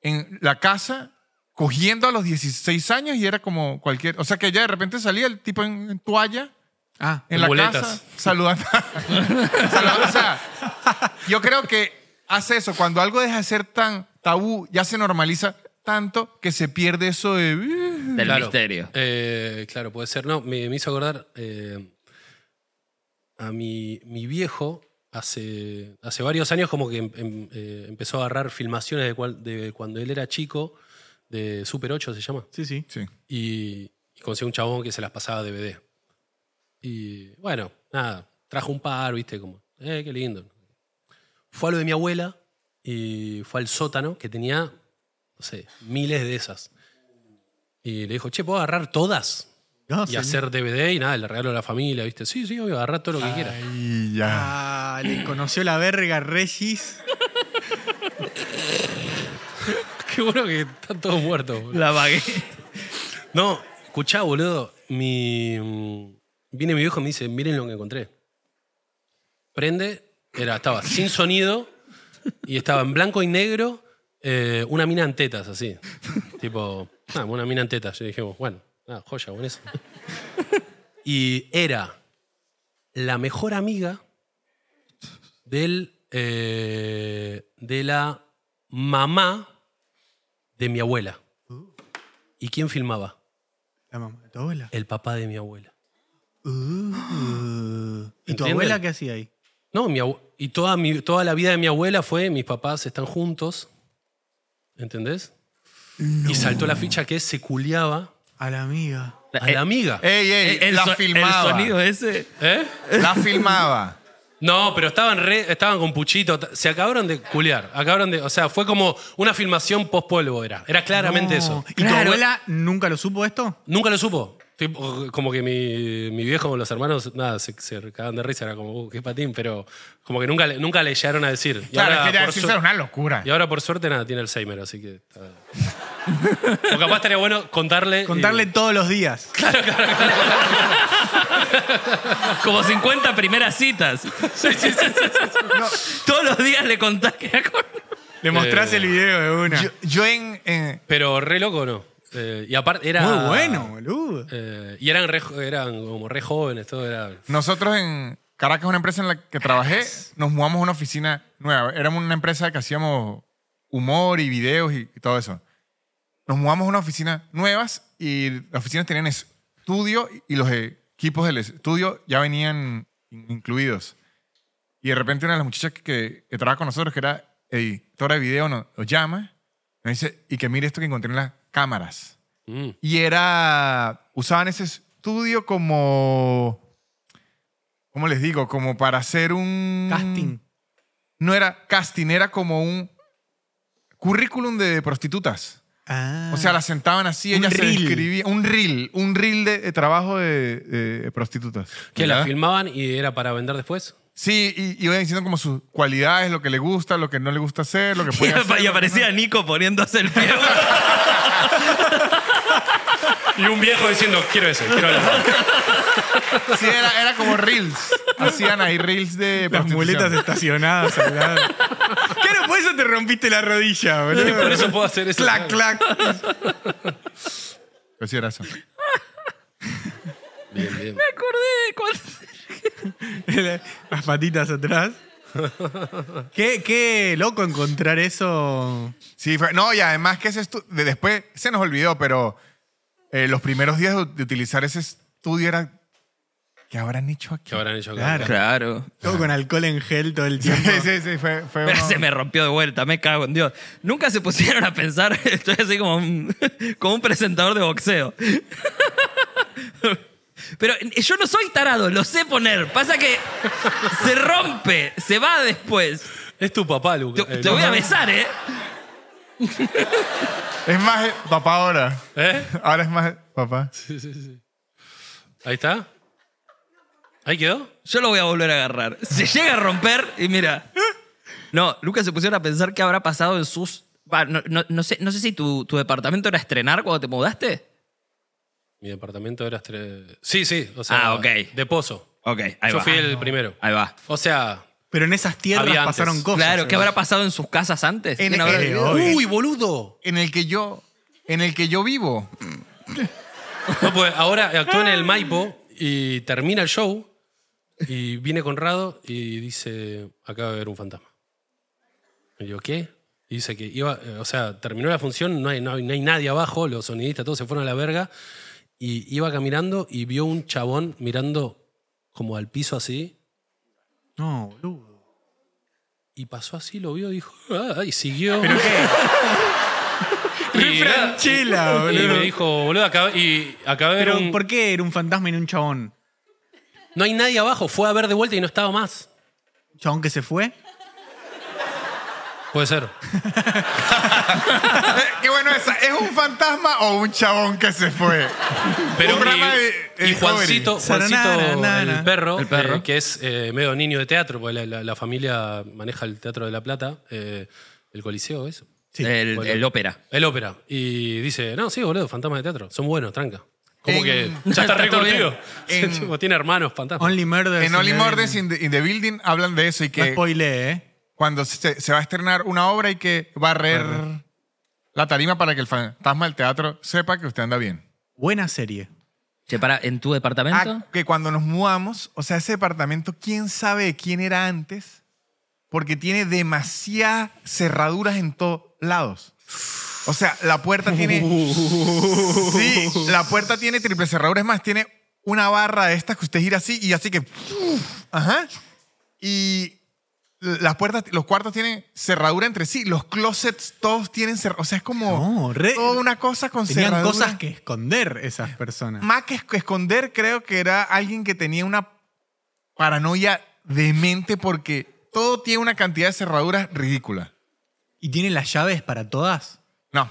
en la casa, cogiendo a los 16 años. Y era como cualquier. O sea que ella de repente salía el tipo en, en toalla. Ah, En la Boletas. casa, saludando. Saludando, O sea, yo creo que hace eso. Cuando algo deja de ser tan tabú, ya se normaliza tanto que se pierde eso de. "Uh". Del Claro. misterio. Eh, claro, puede ser. No, me, me hizo acordar eh, a mi, mi viejo hace, hace varios años como que em- em- eh, empezó a agarrar filmaciones de, cual- de cuando él era chico, de Super 8 se llama. sí, sí. Sí. y, y conseguí un chabón que se las pasaba DVD. Y bueno, nada, trajo un par, viste, como, eh, qué lindo. Fue a lo de mi abuela y fue al sótano que tenía, no sé, miles de esas. Y le dijo, che, ¿puedo agarrar todas? No, y señor. hacer DVD y nada, le regalo a la familia, viste. Sí, sí, obvio, agarrar todo lo que quieras. Y ya. Ah, le conoció la verga Regis. Qué bueno que están todos muertos. boludo. La vagué. No, escuchá, boludo. Mi, mm, viene mi viejo y me dice, miren lo que encontré. Prende, era, estaba sin sonido y estaba en blanco y negro eh, una mina en tetas, así. tipo, ah, una mina en tetas. Yo dije, bueno, nada, joya, con eso. y era la mejor amiga del, eh, de la mamá de mi abuela. ¿Y quién filmaba? La mamá de tu abuela. El papá de mi abuela. ¿Y tu ¿Entienden? abuela qué hacía ahí? No, mi abue- y toda, mi- toda la vida de mi abuela fue, mis papás están juntos, ¿entendés? Y saltó la ficha que se culiaba A la amiga. a la amiga. Ey, ey, el, Eh, la so- el filmaba. sonido ese. ¿Eh? La filmaba. No, pero estaban, re- estaban con Puchito, ta- se acabaron de culiar, acabaron de, o sea, fue como una filmación post-polvo era, era claramente No. eso. ¿Y tu Claro. abuela nunca lo supo esto? Nunca lo supo. Tipo, como que mi, mi viejo con los hermanos, nada, se, se cagaban de risa, era como, "Uh, qué patín, pero como que nunca, le- nunca le llegaron a decir. Y Claro, ahora, es que ya por decirse su- era una locura. Y ahora por suerte nada, tiene Alzheimer, así que... está- O capaz estaría bueno contarle... Contarle eh, todos los días. Como 50 primeras citas. Todos los días le contás que era con- Le mostrás Eh, el video de una. Yo, yo en, en- pero re loco, ¿no? Eh, y aparte era... Muy bueno, boludo. eh, y eran, re, eran como re jóvenes, todo era... Nosotros en Caracas, una empresa en la que trabajé, nos mudamos a una oficina nueva. Éramos una empresa que hacíamos humor y videos y, y todo eso. Nos mudamos a una oficina nuevas y las oficinas tenían estudio y los equipos del estudio ya venían in- incluidos. Y de repente una de las muchachas que, que, que trabaja con nosotros, que era editora de video, nos, nos llama y nos dice, y que mire esto que encontré en las cámaras. Mm. Y era. Usaban ese estudio como. ¿Cómo les digo? Como para hacer un. Casting. no era casting, era como un currículum de prostitutas. Ah. O sea, la sentaban así, Un ella se reel. describía. Un reel, un reel de, de trabajo de, de prostitutas. Que la ¿Verdad? filmaban y era para vender después. Sí, y, y iban diciendo como sus cualidades, lo que le gusta, lo que no le gusta hacer, lo que puede hacer. Y aparecía Nico poniéndose el pie. Y un viejo diciendo, quiero ese, quiero el otro". Sí, era, era como reels. Hacían ahí reels de Las prostitución. muletas estacionadas al lado. Claro, por eso te rompiste la rodilla, Y boludo. por eso puedo hacer eso. Clac, clac. Pero Pues sí era eso. Bien, bien. Me acordé de cuando- Las patitas atrás. Qué, qué loco encontrar eso. Sí, fue- no, y además que ese estu- de- después se nos olvidó, pero eh, los primeros días de, de utilizar ese estudio era ¿qué habrán hecho aquí? ¿Qué habrán hecho acá? Claro. Claro. Todo con alcohol en gel todo el Sí, tiempo. sí, sí, fue, fue Pero uno- se me rompió de vuelta, me cago en Dios. Nunca se pusieron a pensar, estoy así como un, como un presentador de boxeo. Pero eh, yo no soy tarado, lo sé poner. Pasa que se rompe, se va después. Es tu papá, Luca. Te, te voy a besar, ¿eh? Es más eh, papá ahora. ¿Eh? Ahora es más eh, papá. Ahí está. Ahí quedó. Yo lo voy a volver a agarrar. Se llega a romper y mira. No, Lucas se pusieron a pensar qué habrá pasado en sus... Va, no, no- no sé, no sé si tu, tu departamento era estrenar cuando te mudaste. Mi departamento era tres. Sí, sí. O sea, Ah, ok. de pozo. Ok, ahí Yo va. Ah, fui el primero. Ahí va. O sea, Pero en esas tierras Había antes. pasaron cosas. ¿eh? Claro, ¿qué habrá pasado en sus casas antes? En- ¿Quién habrá en- vivido? Obvio. ¡Uy, boludo! En el que yo en el que yo vivo. No, pues ahora actúa en el Maipo y termina el show y viene Conrado y dice, acaba de ver un fantasma. Y yo, ¿qué? Y dice que iba, eh, o sea, terminó la función, no hay, no hay- no hay nadie abajo, los sonidistas todos se fueron a la verga y iba caminando y vio un chabón mirando como al piso así No, boludo. y pasó así, lo vio, dijo, ah, y siguió. Y, Re nada, Franchella, y boludo. me dijo, boludo, acabé, y acabé de ver Pero un- ¿por qué era un fantasma y no un chabón? No hay nadie abajo, fue a ver de vuelta y no estaba más. ¿Un chabón que se fue? Puede ser. Eh, Qué bueno esa. ¿Es un fantasma o un chabón que se fue? Pero Un programa y, de- de y Juancito, Discovery. Juancito, Saranana. el perro, El perro. eh, que es eh, medio niño de teatro, porque la, la- la familia maneja el Teatro de la Plata, eh, el Coliseo es, el, Bueno. el ópera. el ópera. Y dice, no, sí, boludo, fantasmas de teatro, son buenos, tranca. Como En- que ya está Está todo recorrido. bien. En- Tiene hermanos, fantasmas. Only Murders. En Only the- Murders in the, in the Building hablan de eso y No que spoileé, ¿eh? cuando se, se va a estrenar una obra hay que barrer la tarima para que el fantasma del teatro sepa que usted anda bien. Buena serie. Che, para, ¿en tu departamento? Ah, que cuando nos mudamos, o sea, ese departamento, quién sabe quién era antes, porque tiene demasiadas cerraduras en todos lados. O sea, la puerta tiene. sí, la puerta tiene triple cerradura. Es más, tiene una barra de estas que usted gira así y así que. Ajá. Y las puertas, los cuartos tienen cerradura entre sí. Los closets todos tienen cerradura. O sea, es como. No, re- toda Oh, una cosa con Tenían cerradura. cosas que esconder esas personas. Más que esc- esconder, creo que era alguien que tenía una paranoia demente porque todo tiene una cantidad de cerraduras ridícula. ¿Y tienen las llaves para todas? No.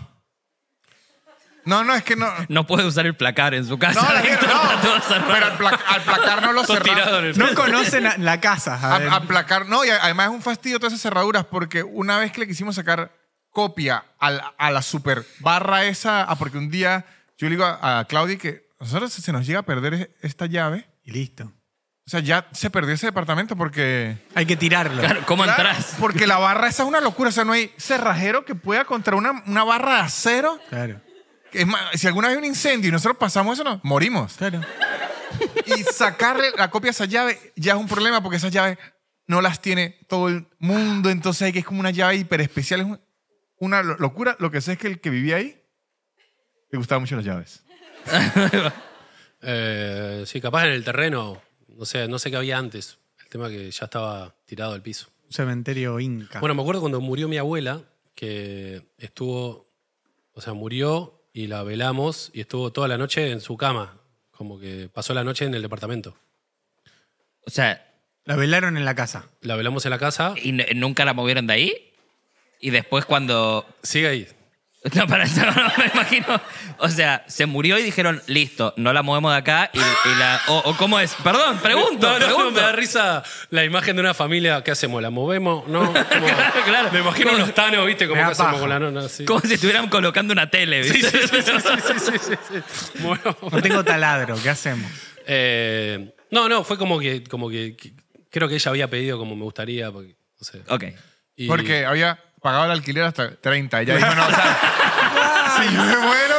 No, no, es que no. no puede usar el placar en su casa. No, la Está gente- no. todo cerrado. Pero al, pla- al placar no lo Todo tirado cerraron. en el No conocen a- la casa. a ver. A, a placar, no, y a- además es un fastidio todas esas cerraduras porque una vez que le quisimos sacar copia a la, a la super barra esa, ah, porque un día yo le digo a, a Claudia que a nosotros se nos llega a perder e- esta llave. Y listo. O sea, ya se perdió ese departamento porque... Hay que tirarlo. Claro, ¿Cómo Claro, entras? Porque la barra esa es una locura. O sea, no hay cerrajero que pueda contra una, una barra de acero. Claro. Es más, si alguna vez hay un incendio y nosotros pasamos eso, nos morimos. Claro. Y sacarle la copia a esa llave ya es un problema porque esas llaves no las tiene todo el mundo. Entonces hay que es como una llave hiper especial. Es un- una lo- locura. Lo que sé es que el que vivía ahí le gustaban mucho las llaves. Eh, sí, capaz en el terreno, no sé, no sé qué había antes. El tema que ya estaba tirado al piso. Un cementerio inca. Bueno, me acuerdo cuando murió mi abuela, que estuvo, o sea, murió y la velamos y estuvo toda la noche en su cama, como que pasó la noche en el departamento. O sea, La velaron en la casa. La velamos en la casa. ¿Y n- nunca la movieron de ahí? Y después cuando... Sigue ahí. No, para eso no, no me imagino. O sea, se murió y dijeron, listo, no la movemos de acá y, y la... O, o cómo es? Perdón, pregunto, No, no, no, pregunto. me da risa la imagen de una familia. ¿Qué hacemos? ¿La movemos? No. Como- Claro. Me imagino unos tanos, ¿viste? Como Me que da hacemos paja. con la nona. Sí. Como si estuvieran colocando una tele, Sí, sí, ¿viste? sí, sí, sí, sí, sí, sí. Movemos. No tengo taladro, ¿qué hacemos? Eh, no, no, fue como que, como que, que- creo que ella había pedido como me gustaría. Porque, no sé. Ok. Y- Porque había pagado el alquiler hasta 30. Ya dijo, no, o sea, si yo me muero,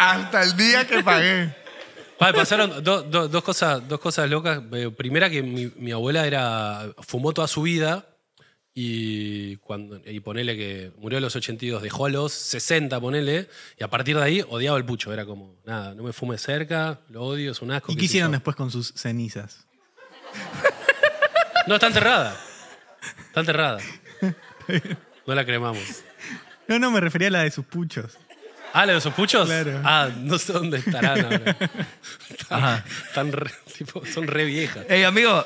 hasta el día que pagué. Pa, pasaron do- do- dos, cosas, dos cosas locas. Eh, Primera, que mi, mi abuela era, fumó toda su vida y, cuando, y ponele que murió a los 82, dejó a los 60, ponele, y a partir de ahí odiaba el pucho. Era como, nada, no me fume cerca, lo odio, es un asco. ¿Y qué qué sé hicieron yo. después con sus cenizas? No, está enterrada. Está enterrada. No la cremamos. No, no, me refería a la de sus puchos. Ah, ¿la de esos puchos? Claro. Ah, no sé dónde Ah, estarán ahora. Ajá. Están re- tipo, son re viejas. Ey, amigo,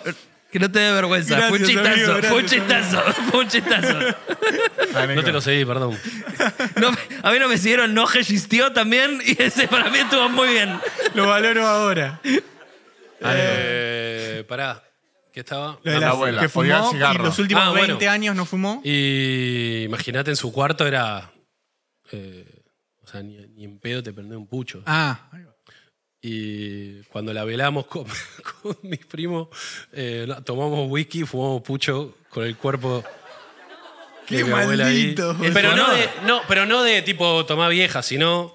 que no te dé vergüenza. fue un Gracias, chistazo, amigo, gracias, fue un chistazo, fue un chistazo. No te lo seguí, perdón. No me- a mí no me siguieron, no resistió también y ese para mí estuvo muy bien. Lo valoro ahora. Eh, pará, ¿qué estaba? Lo de La la abuela, que odiaba el fumó y cigarro. los últimos Ah, bueno. 20 años no fumó. Y imagínate, en su cuarto era. eh, o sea, ni, ni en pedo te prende un pucho. Ah, ahí va. Y cuando la velamos con, con mis primos, eh, no, tomamos whisky, fumamos pucho con el cuerpo. de Qué mi abuela ahí. maldito. Eh, Pero En su no, honor. de, no, pero no de tipo tomá vieja, sino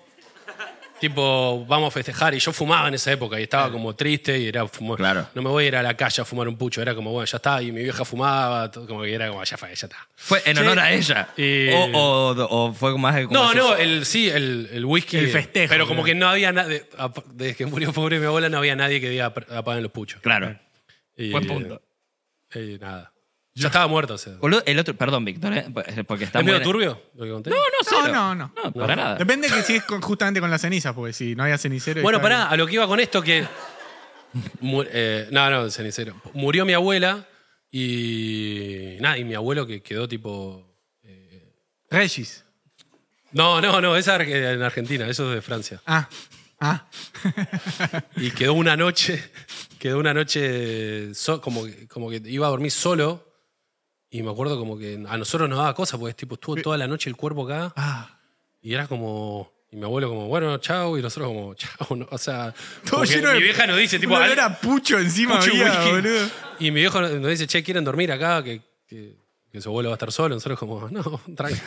tipo vamos a festejar. Y yo fumaba en esa época y estaba como triste y era fumar. Claro. No me voy a ir a la calle a fumar un pucho. Era como, bueno, ya está. Y mi vieja fumaba, todo, como que era como, ya fue, ya está. Fue en Sí. honor a ella. Y- O, o- o fue más que como No, si- no, el, sí, el, el whisky. El festejo, Pero como claro. que no había nadie. ap- Desde que murió pobre mi abuela, no había nadie que diga "Ap- apaguen los puchos. Claro. Y- eh, Buen punto. Y nada. Ya estaba muerto. O sea. ¿Es Boludo, el otro, perdón, Víctor, eh, porque está muy medio bien. turbio lo que conté? No, no, No, cero. no, no. No, para nada. Depende que si es con- justamente con las cenizas, porque si no había cenicero. y Bueno, estaba- pará, a lo que iba con esto que. Mu- eh, no, no, cenicero. Murió mi abuela y. Nada, y mi abuelo que quedó tipo. Regis. No, no, no, esa es en Argentina, eso es de Francia. Ah, ah. Y quedó una noche, quedó una noche so- como, que- como que iba a dormir solo. Y me acuerdo como que a nosotros nos daba cosa, porque tipo, estuvo toda la noche el cuerpo acá. ah. Y era como. Y mi abuelo, como, bueno, chao. Y nosotros, como, chao. no, o sea. Todo como que lleno de- mi vieja nos dice, tipo, Un "Al- olor a pucho encima Pucho y había, whisky". boludo. Y mi viejo nos dice, che, ¿quieren dormir acá? Que, que- que su abuelo va a estar solo. Nosotros como, no, tranqui.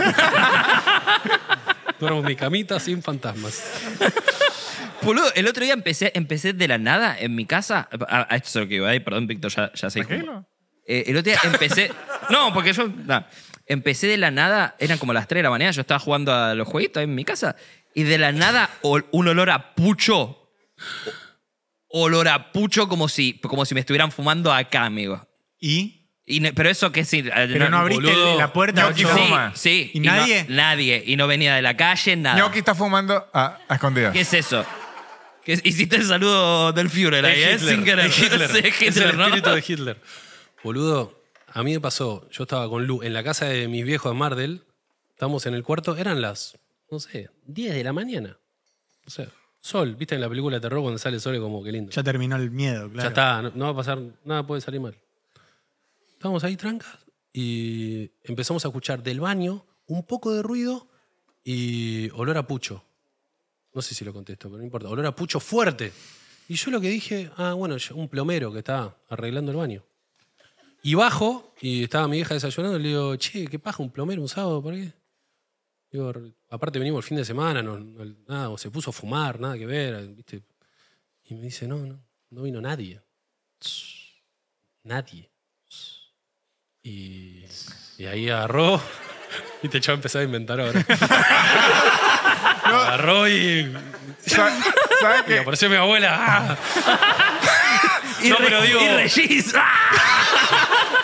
Duermo en mi camita sin fantasmas. Boludo, el otro día empecé, empecé de la nada en mi casa. A, a esto es lo que iba a ir, perdón, Víctor, ya, ya sé. Eh, el otro día empecé. no, porque yo. nah. empecé de la nada, eran como las 3 de la mañana, yo estaba jugando a los jueguitos ahí en mi casa. Y de la nada, ol- un olor a pucho. Olor a pucho como si, como si me estuvieran fumando acá, amigo. ¿Y? Y no- pero eso que sí. Pero no abriste boludo. la puerta. Ñoqui ocho. sí. Sí, Toma. sí. ¿Y no- nadie? nadie. Y no venía de la calle, nada. Ñoqui está fumando a, a escondidas. ¿Qué es eso? ¿Qué es- hiciste el saludo del Führer ahí, ¿eh? Es Hitler, Sin querer. es Hitler. Sí, es Es Hitler, el ¿no? espíritu de Hitler. Boludo, a mí me pasó, yo estaba con Lu en la casa de mis viejos de Mardel, estábamos en el cuarto, eran las, no sé, 10 de la mañana. O sea, sol, viste en la película de terror cuando sale el sol es como que lindo. Ya terminó el miedo, claro. Ya está, no, no va a pasar, nada puede salir mal. Estábamos ahí trancas y empezamos a escuchar del baño un poco de ruido y olor a pucho. No sé si lo contesto, pero no importa. Olor a pucho fuerte. Y yo lo que dije, ah, bueno, yo- un plomero que estaba arreglando el baño. Y bajo, y estaba mi vieja desayunando, y le digo, che, qué paja, un plomero un sábado, ¿por qué? Digo, "Re- aparte venimos el fin de semana, no- no- nada, o se puso a fumar, nada que ver, ¿viste? Y me dice, no, no, no vino nadie. Nadie. Y, y ahí agarró. Y te echó a empezar a inventar ahora. agarró y, Sa- ¿Sabes y qué? apareció mi abuela. ¡Ah! Y No, re- pero digo- Y Regis. ¡Ah!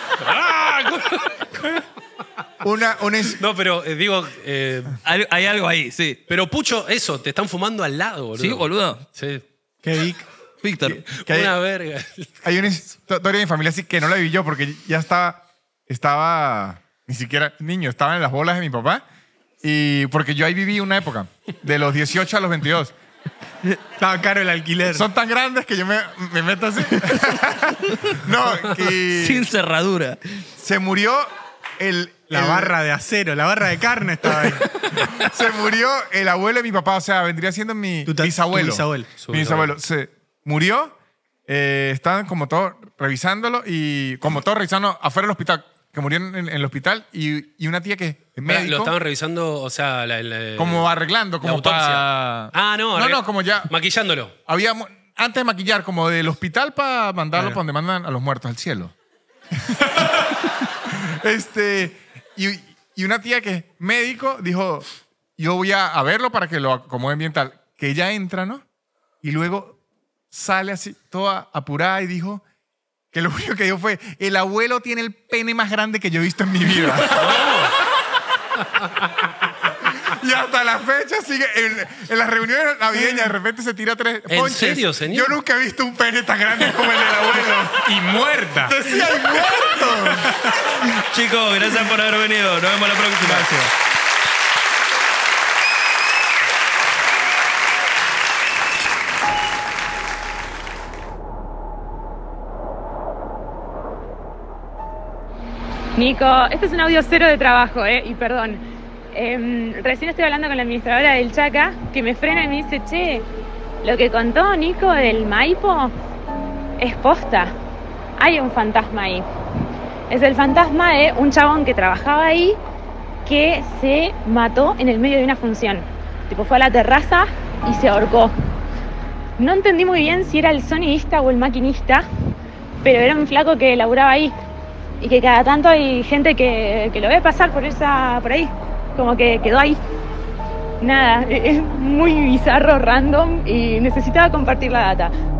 Una, una, his- No, pero eh, digo, eh, Hay, hay algo ahí, sí. pero Pucho, eso, te están fumando al lado, boludo. Sí, boludo. Sí. Qué dic. Víctor. Que hay- Una verga. Hay una historia de mi familia así que no la vi yo porque ya estaba, estaba, ni siquiera niño, estaba en las bolas de mi papá. Y porque yo ahí viví una época, de los 18 a los 22. Estaba caro el alquiler. Son tan grandes que yo me, me meto así. no, y Sin cerradura. se murió el... La el- barra de acero, la barra de carne estaba ahí. Se murió el abuelo de mi papá, o sea, vendría siendo mi Tu ta- bisabuelo. tu bisabuelo. Su Mi bisabuelo. Se murió, eh, estaban como todos revisándolo y como todos revisando afuera del hospital, que murió en, en el hospital y, y una tía que es Pará, médico, Lo estaban revisando, o sea, la, la- como arreglando, como autopsia. para... Ah, no. No, arregla- no, como ya... Maquillándolo. Había, mu- antes de maquillar, como del hospital para Claro. mandarlo para donde mandan a los muertos, al cielo. este, y, y una tía que es médico dijo, yo voy a, a verlo para que lo acomoden bien tal. Que ella entra, ¿no? Y luego sale así, toda apurada y dijo que lo único que dijo fue, el abuelo tiene el pene más grande que yo he visto en mi vida. Y hasta la fecha sigue. En, en las reuniones navideñas, de repente se tira tres ¿En ponches. serio, señor? Yo nunca he visto un pene tan grande como el del abuelo. Y muerta. Decía, ¡ay, muerto! Chicos, gracias por haber venido. Nos vemos la próxima. Nico, este es un audio cero de trabajo, ¿eh? Y perdón. Em, recién estoy hablando con la administradora del Chaca, que me frena y me dice, che, lo que contó Nico del Maipo es posta. Hay un fantasma ahí. Es el fantasma de un chabón que trabajaba ahí que se mató en el medio de una función. Tipo, fue a la terraza y se ahorcó. No entendí muy bien si era el sonidista o el maquinista, pero era un flaco que laburaba ahí y que cada tanto hay gente que, que lo ve pasar por esa por ahí como que quedó ahí nada es muy bizarro random y necesitaba compartir la data